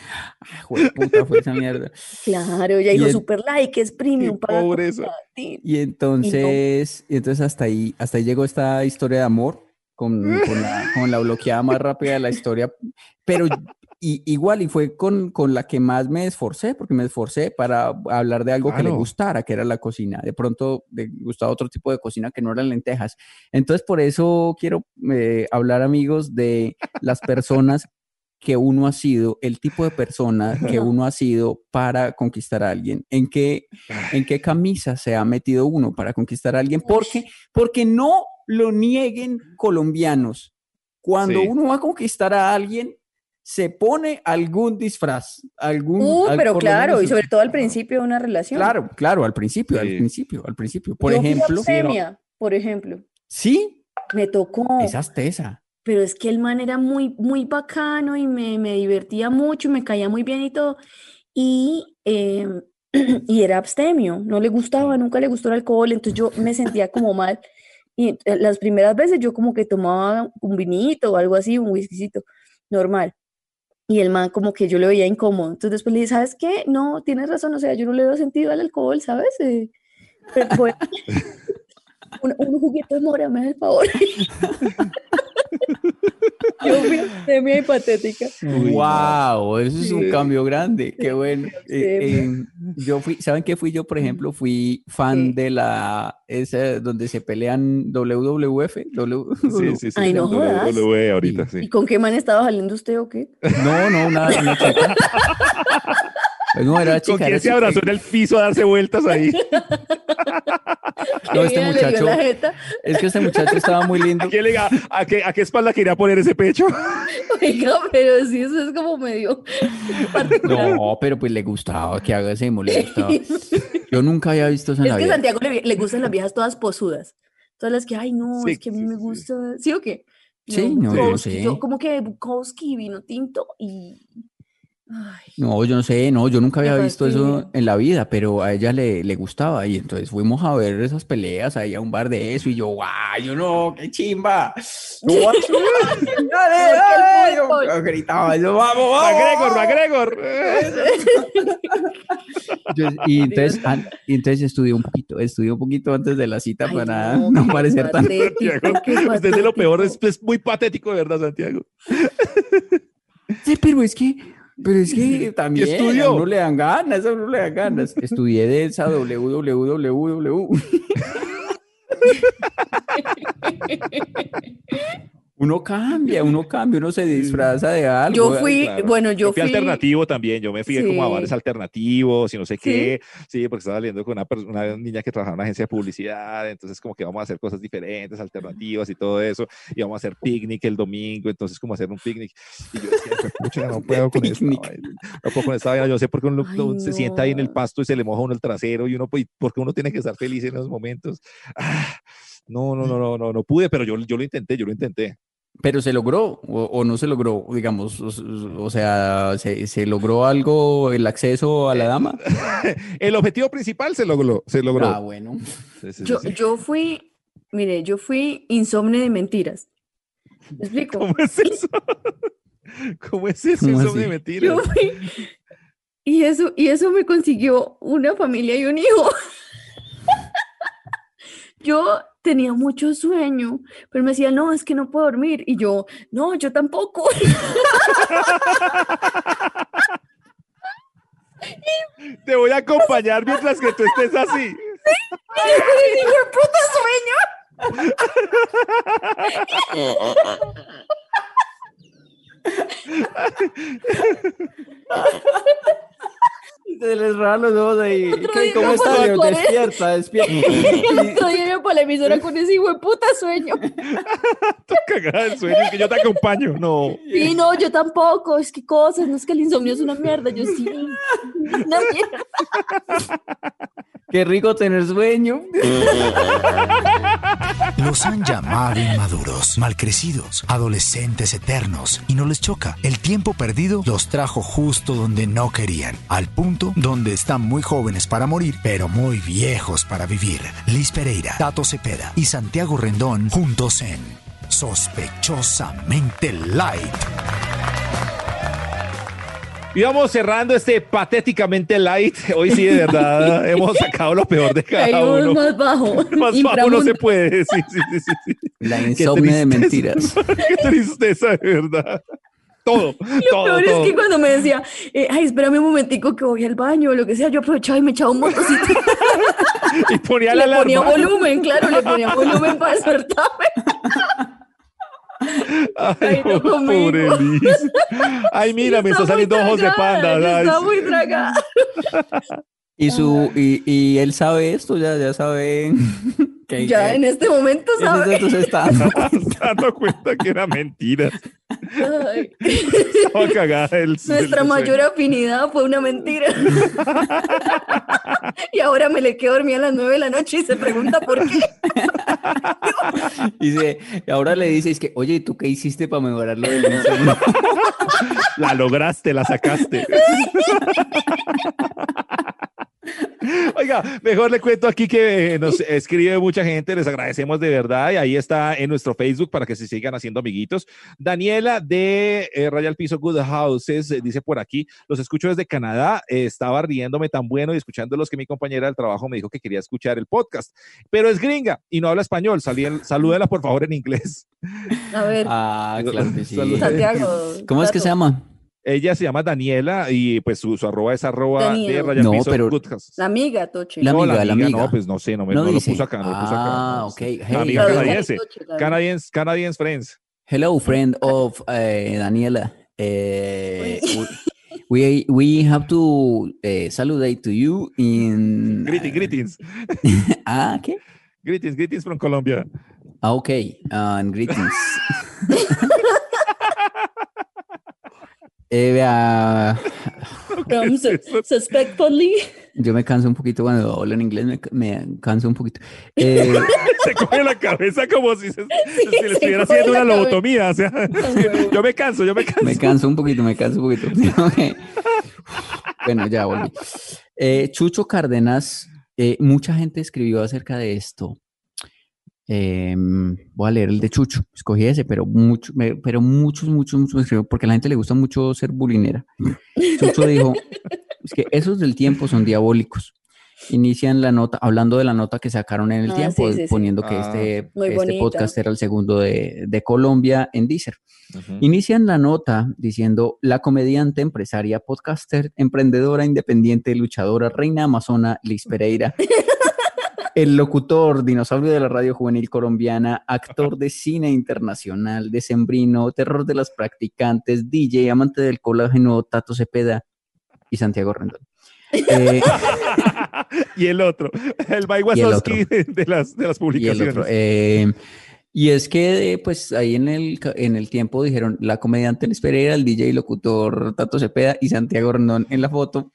Speaker 6: Ah, jue- puta, fue esa mierda.
Speaker 8: Claro, ya
Speaker 6: Y
Speaker 8: dijo
Speaker 6: el-
Speaker 8: super like, es premium
Speaker 7: Qué
Speaker 8: para
Speaker 7: pobreza.
Speaker 6: Y entonces, y entonces hasta ahí, hasta ahí llegó esta historia de amor con, con la, con la bloqueada más rápida de la historia. Pero y- igual, y fue con, con la que más me esforcé, porque me esforcé para hablar de algo que le
Speaker 7: Claro.
Speaker 6: gustara, que era la cocina. De pronto le gustaba otro tipo de cocina que no eran lentejas. Entonces, por eso quiero eh, hablar, amigos, de las personas que uno ha sido, el tipo de persona que uno ha sido para conquistar a alguien, en qué, en qué camisa se ha metido uno para conquistar a alguien, porque, porque no lo nieguen colombianos. Cuando
Speaker 7: Sí.
Speaker 6: uno va a conquistar a alguien, se pone algún disfraz, algún...
Speaker 8: Uh,
Speaker 6: al-
Speaker 8: pero
Speaker 6: por lo
Speaker 8: claro,
Speaker 6: menos
Speaker 8: y
Speaker 6: un-
Speaker 8: sobre todo al principio de una relación.
Speaker 6: Claro, claro, al principio, al
Speaker 7: Sí.
Speaker 6: principio, al principio. Por
Speaker 8: Yo fui
Speaker 6: ejemplo,
Speaker 8: obscenia, por ejemplo,
Speaker 6: sí,
Speaker 8: me tocó.
Speaker 6: esa es tesa.
Speaker 8: pero es que el man era muy, muy bacano y me, me divertía mucho, me caía muy bien y todo. Y, eh, [CLEARS THROAT] y era abstemio, no le gustaba, nunca le gustó el alcohol, entonces yo me sentía como mal. Y eh, las primeras veces yo como que tomaba un vinito o algo así, un whiskycito, normal. Y el man como que yo lo veía incómodo. Entonces después le dije, ¿sabes qué? No, tienes razón, o sea, yo no le veo sentido al alcohol, ¿sabes? Eh, pero bueno, [LAUGHS] un, un juguito de mora, me hace el favor. yo fui semi patética.
Speaker 6: wow, eso es un
Speaker 8: Sí.
Speaker 6: cambio grande. Qué
Speaker 8: [LAUGHS]
Speaker 6: bueno. Eh,
Speaker 8: Sí.
Speaker 6: eh, yo fui, ¿saben qué fui yo, por ejemplo? Fui fan de la esa donde se pelean WWF.
Speaker 7: Sí, sí, sí.
Speaker 8: Ay, no
Speaker 7: Lo- lo-
Speaker 8: jodas.
Speaker 7: Lo veo ahorita,
Speaker 8: ¿Y
Speaker 7: sí.
Speaker 8: con qué man estaba saliendo usted o qué?
Speaker 6: [LAUGHS] No, no, una, una
Speaker 8: [LAUGHS]
Speaker 6: chica. Pues no, era
Speaker 7: ¿Con
Speaker 6: chica.
Speaker 7: quién
Speaker 6: era
Speaker 7: se
Speaker 6: chica.
Speaker 7: abrazó en el piso a darse vueltas ahí?
Speaker 6: No, este
Speaker 8: Ella le dio
Speaker 6: muchacho,
Speaker 8: la jeta.
Speaker 6: es que este muchacho estaba muy lindo.
Speaker 8: [LAUGHS]
Speaker 7: ¿A, quién le, a, a qué, ¿A qué espalda quería poner ese pecho?
Speaker 8: Oiga, pero sí, eso es como medio particular.
Speaker 6: No, pero pues le gustaba que haga ese mole, le
Speaker 8: [LAUGHS]
Speaker 6: gustaba. Yo nunca había visto eso en
Speaker 8: Es
Speaker 6: la
Speaker 8: que a
Speaker 6: vida.
Speaker 8: Santiago le, le gustan las viejas todas posudas. Todas las que, ay, no,
Speaker 7: Sí,
Speaker 8: es que a mí
Speaker 7: sí,
Speaker 8: me
Speaker 7: sí.
Speaker 8: gusta. ¿Sí o qué? Yo,
Speaker 6: Sí, no, yo
Speaker 8: Bukowski,
Speaker 6: sé.
Speaker 8: yo como que Bukowski, vino tinto y. Ay,
Speaker 6: No, yo no sé, no, yo nunca
Speaker 8: Me
Speaker 6: había visto eso
Speaker 8: fastidia.
Speaker 6: en la vida, pero a ella le, le gustaba y entonces fuimos a ver esas peleas ahí a un bar de eso y yo, guau, yo no, qué
Speaker 8: [LAUGHS]
Speaker 6: chimba. Yo, "Guau, sí, [LAUGHS] dale, dale", yo
Speaker 8: fútbol.
Speaker 6: gritaba, yo, vamos, vamos.
Speaker 7: McGregor, [LAUGHS] McGregor.
Speaker 6: Yo-
Speaker 8: [LAUGHS]
Speaker 6: y entonces, an- y entonces estudié un poquito, estudié un poquito antes de la cita
Speaker 8: ay,
Speaker 6: para [LAUGHS]
Speaker 8: no,
Speaker 6: no
Speaker 8: qué
Speaker 6: parecer tan...
Speaker 8: patético, qué
Speaker 7: Usted es de lo peor, es,
Speaker 8: patético.
Speaker 7: es muy patético, de verdad, Santiago.
Speaker 6: Sí, pero es que, pero es que [LAUGHS] también
Speaker 7: estudió?
Speaker 6: a uno le dan ganas, a uno le dan ganas. [LAUGHS] Estudié de esa www. [LAUGHS] uno cambia, uno cambia, uno se disfraza de algo.
Speaker 8: Yo fui,
Speaker 7: claro.
Speaker 8: bueno, yo,
Speaker 7: Yo fui alternativo también, yo me fui como a
Speaker 8: Sí.
Speaker 7: bares alternativos y no sé qué, sí, porque estaba saliendo con una, pers- una niña que trabajaba en una agencia de publicidad, entonces como que vamos a hacer cosas diferentes, alternativas y todo eso, y vamos a hacer picnic el domingo, entonces como hacer un picnic, y yo decía,
Speaker 8: [LAUGHS]
Speaker 7: "Juepucha, no puedo con esta
Speaker 6: picnic.
Speaker 7: vaina, no puedo con esta vaina, yo no sé por qué uno,
Speaker 8: Ay,
Speaker 7: uno se sienta ahí en el
Speaker 8: no.
Speaker 7: pasto y se le moja uno el trasero, y uno, pues, porque uno tiene que estar feliz en esos momentos, Ah, no, no, no, no, no, no pude, pero yo, yo lo intenté, yo lo intenté, [LAUGHS]
Speaker 6: Pero se logró o, o no se logró, digamos, o, o sea, ¿se, se logró algo el acceso a la dama.
Speaker 7: el objetivo principal se logró, se logró.
Speaker 6: Ah, bueno.
Speaker 7: Sí, sí, sí,
Speaker 8: yo,
Speaker 7: sí.
Speaker 8: yo fui, mire, yo fui insomne de mentiras. ¿Me explico?
Speaker 7: [LAUGHS] ¿Cómo es eso? ¿Cómo es eso?
Speaker 6: ¿Cómo
Speaker 7: Eso me
Speaker 6: así?
Speaker 7: mentira.
Speaker 8: Yo fui. Y eso, y eso me consiguió una familia y un hijo. [LAUGHS] Yo tenía mucho sueño, pero me decía, no, es que no puedo dormir. Y yo, no, yo tampoco.
Speaker 7: [LAUGHS]
Speaker 8: [LAUGHS]
Speaker 7: Te voy a acompañar mientras que tú estés así. [LAUGHS]
Speaker 8: Y yo con el hijo de puta sueño.
Speaker 6: Se les rajan los ojos ahí.
Speaker 8: Otro
Speaker 6: ¿Qué-
Speaker 8: día
Speaker 6: ¿Cómo
Speaker 8: no
Speaker 6: está?
Speaker 8: puedo
Speaker 6: Dios?
Speaker 8: con él.
Speaker 6: Despierta,
Speaker 8: [LAUGHS] El
Speaker 6: despierta.
Speaker 8: otro día iba para la emisora con ese hijo de puta sueño.
Speaker 7: Tú cagada del sueño, que yo te acompaño. No.
Speaker 8: Y no, yo tampoco. Es que cosas, no es que el insomnio es una mierda. Yo sí. [LAUGHS] Una mierda.
Speaker 6: Qué rico tener sueño.
Speaker 11: Los han llamado inmaduros, malcrecidos, adolescentes eternos y no les choca. El tiempo perdido los trajo justo donde no querían, al punto donde están muy jóvenes para morir, pero muy viejos para vivir. Liz Pereira, Tato Cepeda y Santiago Rendón juntos en Sospechosamente Light.
Speaker 7: Y vamos cerrando este patéticamente light. Hoy sí, de
Speaker 8: [LAUGHS]
Speaker 7: verdad, hemos sacado lo peor de cada
Speaker 8: Caímos
Speaker 7: uno.
Speaker 8: más
Speaker 7: [LAUGHS]
Speaker 8: bajo.
Speaker 7: Más bajo no
Speaker 8: Inframundo.
Speaker 7: se puede. Sí, sí, sí, sí, [LAUGHS] sí.
Speaker 6: La
Speaker 7: Qué
Speaker 6: insomnia de
Speaker 7: tristeza.
Speaker 6: mentiras.
Speaker 7: Qué tristeza, de verdad. Todo, todo,
Speaker 8: Peor
Speaker 7: todo.
Speaker 8: es que cuando me decía, eh, ay, espérame un momentico que voy al baño o lo que sea, yo aprovechaba y me echaba un motocito.
Speaker 7: [LAUGHS] Y ponía la
Speaker 8: le ponía
Speaker 7: alarma.
Speaker 8: volumen, claro,
Speaker 7: [LAUGHS]
Speaker 8: le ponía volumen para despertarme.
Speaker 7: Ay,
Speaker 8: Ay, no conmigo.
Speaker 7: pobre Liz. Ay, [LAUGHS] mira, me está
Speaker 8: Estaba muy
Speaker 7: saliendo ojos de
Speaker 8: tragada,
Speaker 7: panda.
Speaker 8: yo
Speaker 7: Ay,
Speaker 8: Estaba
Speaker 7: sí.
Speaker 8: muy tragada.
Speaker 6: Y su y, y él sabe esto, ya, ya sabe. [LAUGHS] que-
Speaker 8: Ya
Speaker 6: que-
Speaker 8: en este momento,
Speaker 6: ese
Speaker 8: ¿sabes?
Speaker 6: dato se está dando cuenta.
Speaker 7: Se [LAUGHS] dando cuenta que era mentira. [LAUGHS]
Speaker 8: Ay.
Speaker 7: Estaba cagada el
Speaker 8: Nuestra
Speaker 7: el-
Speaker 8: mayor afinidad fue una mentira.
Speaker 7: [LAUGHS]
Speaker 8: y ahora me le quedo dormida a las nueve de la noche y se pregunta por qué.
Speaker 6: [LAUGHS] Y se- y ahora le dices que, oye, ¿y tú qué hiciste para mejorar lo del
Speaker 8: [LAUGHS]
Speaker 6: insomnio?
Speaker 7: La lograste, la sacaste. [LAUGHS] Oiga, mejor le cuento aquí que eh, nos escribe mucha gente, les agradecemos de verdad y ahí está en nuestro Facebook para que se sigan haciendo amiguitos. Daniela de eh, Rayal Piso Good Houses eh, dice por aquí, los escucho desde Canadá, eh, estaba riéndome tan bueno y escuchándolos que mi compañera del trabajo me dijo que quería escuchar el podcast, pero es gringa y no habla español, salí en- salúdela por favor en inglés.
Speaker 8: A ver,
Speaker 6: Ah, claro que sí.
Speaker 7: Saludos.
Speaker 8: Santiago.
Speaker 6: ¿Cómo es que se llama?
Speaker 7: Ella se llama Daniela y pues su, su arroba es arroba de
Speaker 8: Daniela.
Speaker 7: Rayal
Speaker 6: No,
Speaker 7: Piso
Speaker 6: pero-
Speaker 7: Good Houses.
Speaker 8: La amiga, Toche.
Speaker 6: La
Speaker 7: No,
Speaker 6: amiga, la amiga.
Speaker 7: No, pues no sé, no, me,
Speaker 6: No
Speaker 7: no, lo
Speaker 6: dice.
Speaker 7: puso acá, no lo puso acá.
Speaker 6: Ah, ok. Hey,
Speaker 7: la amiga
Speaker 6: hello.
Speaker 7: canadiense. Canadians, Canadians Friends.
Speaker 6: Hello, friend of eh, Daniela. Eh, we, we have to eh, saludate to you in...
Speaker 7: Greetings, greetings.
Speaker 6: Ah, ¿qué?
Speaker 7: Greetings, greetings from Colombia. [LAUGHS]
Speaker 6: Ah, ok. And greetings. Eh, vea,
Speaker 8: From su- suspectfully.
Speaker 6: yo me canso un poquito cuando hablo en inglés, me, me canso un poquito. Eh,
Speaker 7: Se coge la cabeza como si, se, si le
Speaker 8: se
Speaker 7: estuviera
Speaker 8: coge
Speaker 7: haciendo
Speaker 8: la
Speaker 7: una
Speaker 8: cabeza.
Speaker 7: lobotomía. O sea,
Speaker 8: huevo.
Speaker 7: yo me canso, yo me canso.
Speaker 6: Me canso un poquito, me canso un poquito. [LAUGHS] Ok. bueno, ya volví. Eh, Chucho Cárdenas, eh, mucha gente escribió acerca de esto. Eh, voy a leer el de Chucho, escogí ese, pero, mucho, me- pero muchos, muchos, muchos me escribió porque a la gente le gusta mucho ser bulinera. Chucho dijo, [LAUGHS] es que esos del tiempo son diabólicos. Inician la nota, hablando de la nota que sacaron en el
Speaker 8: Ah,
Speaker 6: tiempo,
Speaker 8: sí, sí, sí.
Speaker 6: poniendo que
Speaker 7: Ah.
Speaker 6: este,
Speaker 8: Muy
Speaker 6: este
Speaker 8: bonita.
Speaker 6: podcast era el segundo de, de Colombia en Deezer. Inician la nota diciendo la comediante, empresaria, podcaster, emprendedora, independiente, luchadora, reina amazona, Liz Pereira. El locutor, dinosaurio de la radio juvenil colombiana, actor de cine internacional, decembrino, terror de las practicantes, DJ, amante del colágeno, Tato Cepeda y Santiago Rendón. Eh,
Speaker 7: y el otro, el Mike
Speaker 6: Y el
Speaker 7: Wazowski de las, de
Speaker 6: y el
Speaker 7: las publicaciones.
Speaker 6: otro, eh, y es que, eh, pues ahí en el, ca- en el tiempo dijeron la comediante Liz Pereira, el DJ locutor Tato Cepeda y Santiago Rendón en la foto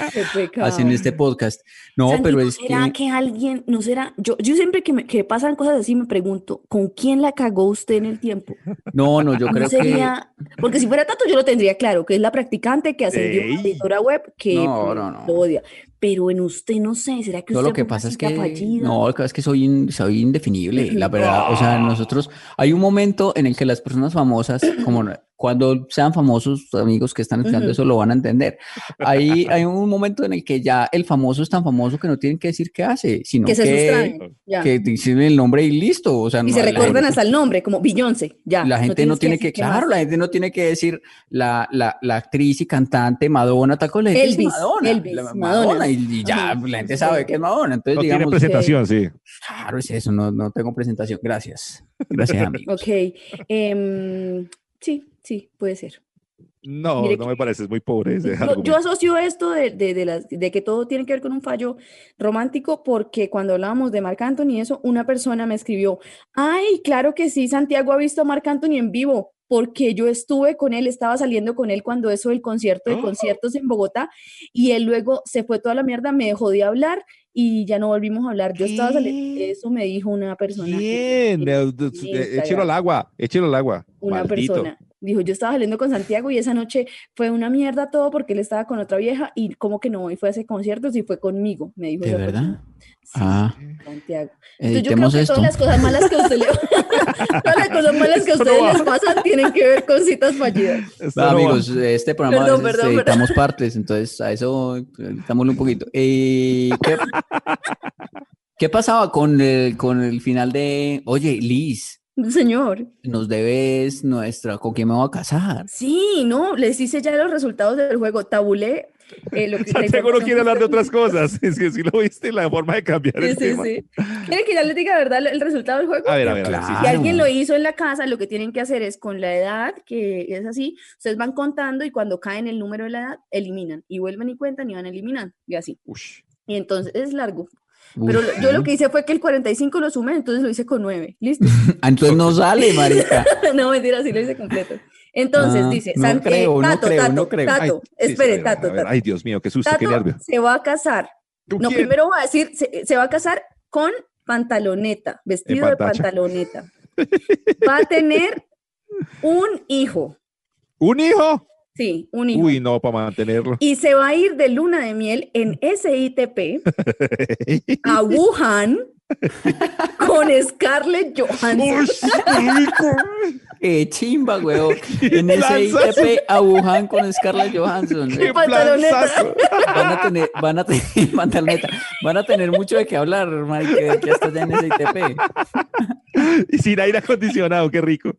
Speaker 6: Ah,
Speaker 8: Qué pecado.
Speaker 6: hacen este podcast. No,
Speaker 8: Santi,
Speaker 6: pero
Speaker 8: ¿no
Speaker 6: es que.
Speaker 8: será que... alguien, no será, yo, yo siempre que, me, que pasan cosas así me pregunto, ¿con quién la cagó usted en el tiempo?
Speaker 6: No, no, yo
Speaker 8: No
Speaker 6: creo
Speaker 8: sería, porque si fuera Tato yo lo tendría claro, que es la practicante que ascendió
Speaker 7: Ey.
Speaker 8: una editora web que
Speaker 6: No,
Speaker 8: pues,
Speaker 6: no, no.
Speaker 8: lo odia, pero en usted no sé, ¿será
Speaker 6: que.
Speaker 8: que
Speaker 6: No,
Speaker 8: usted
Speaker 6: lo que
Speaker 8: fue una
Speaker 6: pasa es
Speaker 8: cita
Speaker 6: que.
Speaker 8: fallida? Pues
Speaker 6: No, lo que pasa es que soy, in- soy indefinible, la verdad. O sea, nosotros. Hay un momento en el que las personas famosas, como no- cuando sean famosos, amigos que están escuchando
Speaker 8: Ujú.
Speaker 6: eso lo van a entender. Ahí hay un momento en el que ya el famoso es tan famoso que no tienen que decir qué hace, sino
Speaker 8: que
Speaker 6: que.
Speaker 8: se sustraen, ya.
Speaker 6: que dicen el nombre y listo, o sea, no-
Speaker 8: y se
Speaker 6: la
Speaker 8: recuerdan
Speaker 6: gente-
Speaker 8: hasta el nombre, como Beyoncé, ya.
Speaker 6: La gente no
Speaker 8: tienes
Speaker 6: tiene que,
Speaker 8: decir qué más.
Speaker 6: claro, la gente no tiene que decir la, la, la actriz y cantante Madonna, tal cosa, la gente dice
Speaker 8: Elvis,
Speaker 6: Madonna,
Speaker 8: Elvis,
Speaker 6: la-
Speaker 8: Madonna.
Speaker 6: Madonna, y, y ya
Speaker 8: Ajá,
Speaker 6: la gente
Speaker 8: sí.
Speaker 6: sabe que es Madonna, entonces
Speaker 7: no tiene
Speaker 6: digamos,
Speaker 7: presentación, sí.
Speaker 6: claro, es eso, no, no tengo presentación,
Speaker 8: [LAUGHS]
Speaker 6: gracias, gracias amigo.
Speaker 8: Ok, em, sí, sí, puede ser.
Speaker 7: No,
Speaker 8: Mire
Speaker 7: no
Speaker 8: que-
Speaker 7: me parece, es muy pobre ese
Speaker 8: Yo,
Speaker 7: argumento.
Speaker 8: yo asocio esto de, de- de las, de que todo tiene que ver con un fallo romántico, porque cuando hablábamos de Marc Anthony y eso, una persona me escribió, ay, claro que sí, Santiago ha visto a Marc Anthony en vivo, porque yo estuve con él, estaba saliendo con él cuando eso del concierto de
Speaker 7: Ah.
Speaker 8: conciertos en Bogotá, y él luego se fue toda la mierda, me dejó de hablar y ya no volvimos a hablar. Yo estaba saliendo,
Speaker 7: ¿Qué?
Speaker 8: eso me dijo una persona. que-
Speaker 7: Bien,
Speaker 8: que-
Speaker 7: eh, d-
Speaker 8: en
Speaker 7: eh, échelo
Speaker 8: Instagram.
Speaker 7: al agua, échelo al agua.
Speaker 8: una
Speaker 7: maldito.
Speaker 8: persona. Dijo, yo estaba saliendo con Santiago y esa noche fue una mierda todo porque él estaba con otra vieja y como que no, y fue a ese concierto y fue conmigo, me dijo.
Speaker 6: ¿De
Speaker 8: esa
Speaker 6: verdad?
Speaker 8: persona. Sí,
Speaker 6: Ah,
Speaker 8: Santiago. Entonces, yo creo
Speaker 6: editemos
Speaker 8: que
Speaker 6: esto.
Speaker 8: todas las cosas malas que a usted
Speaker 7: [LAUGHS]
Speaker 8: le [LAUGHS] todas las cosas malas que a
Speaker 7: Esto no
Speaker 8: ustedes
Speaker 7: va.
Speaker 8: les pasan tienen que ver con
Speaker 7: [LAUGHS]
Speaker 8: citas fallidas.
Speaker 7: Esto
Speaker 6: Va,
Speaker 7: no va.
Speaker 6: amigos, este programa a
Speaker 8: Perdón,
Speaker 6: veces
Speaker 8: perdón, perdón.
Speaker 6: editamos partes, entonces a eso editámosle un poquito. Eh,
Speaker 8: [LAUGHS]
Speaker 6: ¿qué, qué pasaba con el, con el final de, oye, Liz,
Speaker 8: Señor.
Speaker 6: nos debes nuestra, ¿con quién me voy a casar?
Speaker 8: Sí, no, les hice ya los resultados del juego. Tabulé. eh,
Speaker 7: [LAUGHS]
Speaker 8: lo que, la
Speaker 7: Santiago no
Speaker 8: información
Speaker 7: quiere
Speaker 8: que
Speaker 7: hablar de
Speaker 8: usted
Speaker 7: otras cosas. [LAUGHS] Es que si lo viste, la forma de cambiar
Speaker 8: Sí,
Speaker 7: el
Speaker 8: sí,
Speaker 7: tema.
Speaker 8: sí. ¿Quieren que ya les diga, verdad, el resultado del juego?
Speaker 7: A ver, a ver, a ver. sí,
Speaker 8: Si
Speaker 6: Claro.
Speaker 8: alguien lo hizo en la casa, lo que tienen que hacer es con la edad, que es así, ustedes van contando y cuando caen el número de la edad, eliminan y vuelven y cuentan y van eliminando y así.
Speaker 7: Ush.
Speaker 8: Y entonces es largo.
Speaker 6: Uy,
Speaker 8: Pero lo- yo lo
Speaker 6: sí.
Speaker 8: que hice fue que el 45 lo sumé, entonces lo hice con 9. Listo. [LAUGHS]
Speaker 6: Ah, [LAUGHS] Entonces no sale, marica.
Speaker 8: no, mentira, sí lo hice completo. Entonces
Speaker 6: Ah,
Speaker 8: dice,
Speaker 6: no
Speaker 8: San- eh,
Speaker 6: creo, no
Speaker 8: Tato,
Speaker 6: creo,
Speaker 8: Tato,
Speaker 6: no creo.
Speaker 7: Ay,
Speaker 8: Tato,
Speaker 7: sí, sí, a ver,
Speaker 8: espere,
Speaker 7: a ver,
Speaker 8: Tato,
Speaker 7: a ver.
Speaker 8: Tato.
Speaker 7: Ay, Dios mío, qué susto, qué
Speaker 8: Tato
Speaker 7: nervio.
Speaker 8: se va a casar.
Speaker 7: ¿Con
Speaker 8: No,
Speaker 7: quién?
Speaker 8: primero va a decir, se, se va a casar con pantaloneta, vestido de
Speaker 7: pantacha. [LAUGHS]
Speaker 8: pantaloneta. Va a tener un hijo.
Speaker 7: ¿Un hijo?
Speaker 8: Sí, un hijo.
Speaker 7: Uy, no, para mantenerlo.
Speaker 8: Y se va a ir de luna de miel en
Speaker 7: [LAUGHS]
Speaker 8: SITP a Wuhan con Scarlett [LAUGHS] Johansson.
Speaker 6: Qué chimba,
Speaker 8: [LAUGHS]
Speaker 6: weón. En ese
Speaker 8: Lanzazo.
Speaker 6: ITP a Wuhan con Scarlett Johansson.
Speaker 8: [LAUGHS] Qué
Speaker 6: weón.
Speaker 8: pantaloneta.
Speaker 6: Van a tener, van a tener, [LAUGHS] pantaloneta. Van a tener mucho de qué hablar, marica, de que hasta allá en ese ITP.
Speaker 7: Y sin aire acondicionado, qué rico.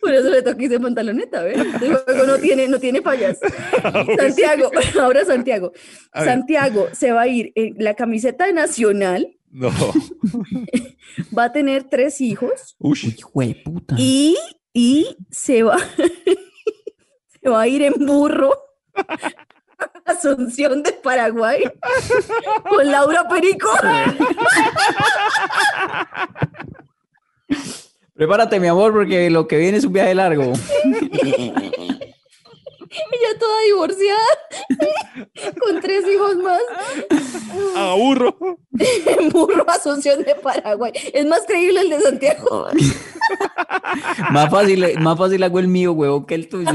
Speaker 8: Por eso le toqué de pantaloneta, ¿ves? Este
Speaker 7: [LAUGHS]
Speaker 8: juego no tiene, no tiene fallas. Santiago, [LAUGHS] ahora Santiago.
Speaker 7: A ver.
Speaker 8: Santiago se va a ir en la camiseta de nacional,
Speaker 7: No.
Speaker 8: va a tener tres hijos
Speaker 7: Uy,
Speaker 8: [LAUGHS]
Speaker 6: hijo de puta.
Speaker 8: y, y se va [LAUGHS] se va a ir en burro [LAUGHS] a Asunción de Paraguay con Laura Perico. [LAUGHS]
Speaker 6: Prepárate, mi amor, porque lo que viene es un viaje largo.
Speaker 8: Ella toda divorciada, [LAUGHS] con tres hijos más.
Speaker 7: A burro.
Speaker 8: En burro Asunción de Paraguay. Es más creíble el de Santiago.
Speaker 6: Más [LAUGHS] fácil, más fácil hago el mío, huevón, que el tuyo.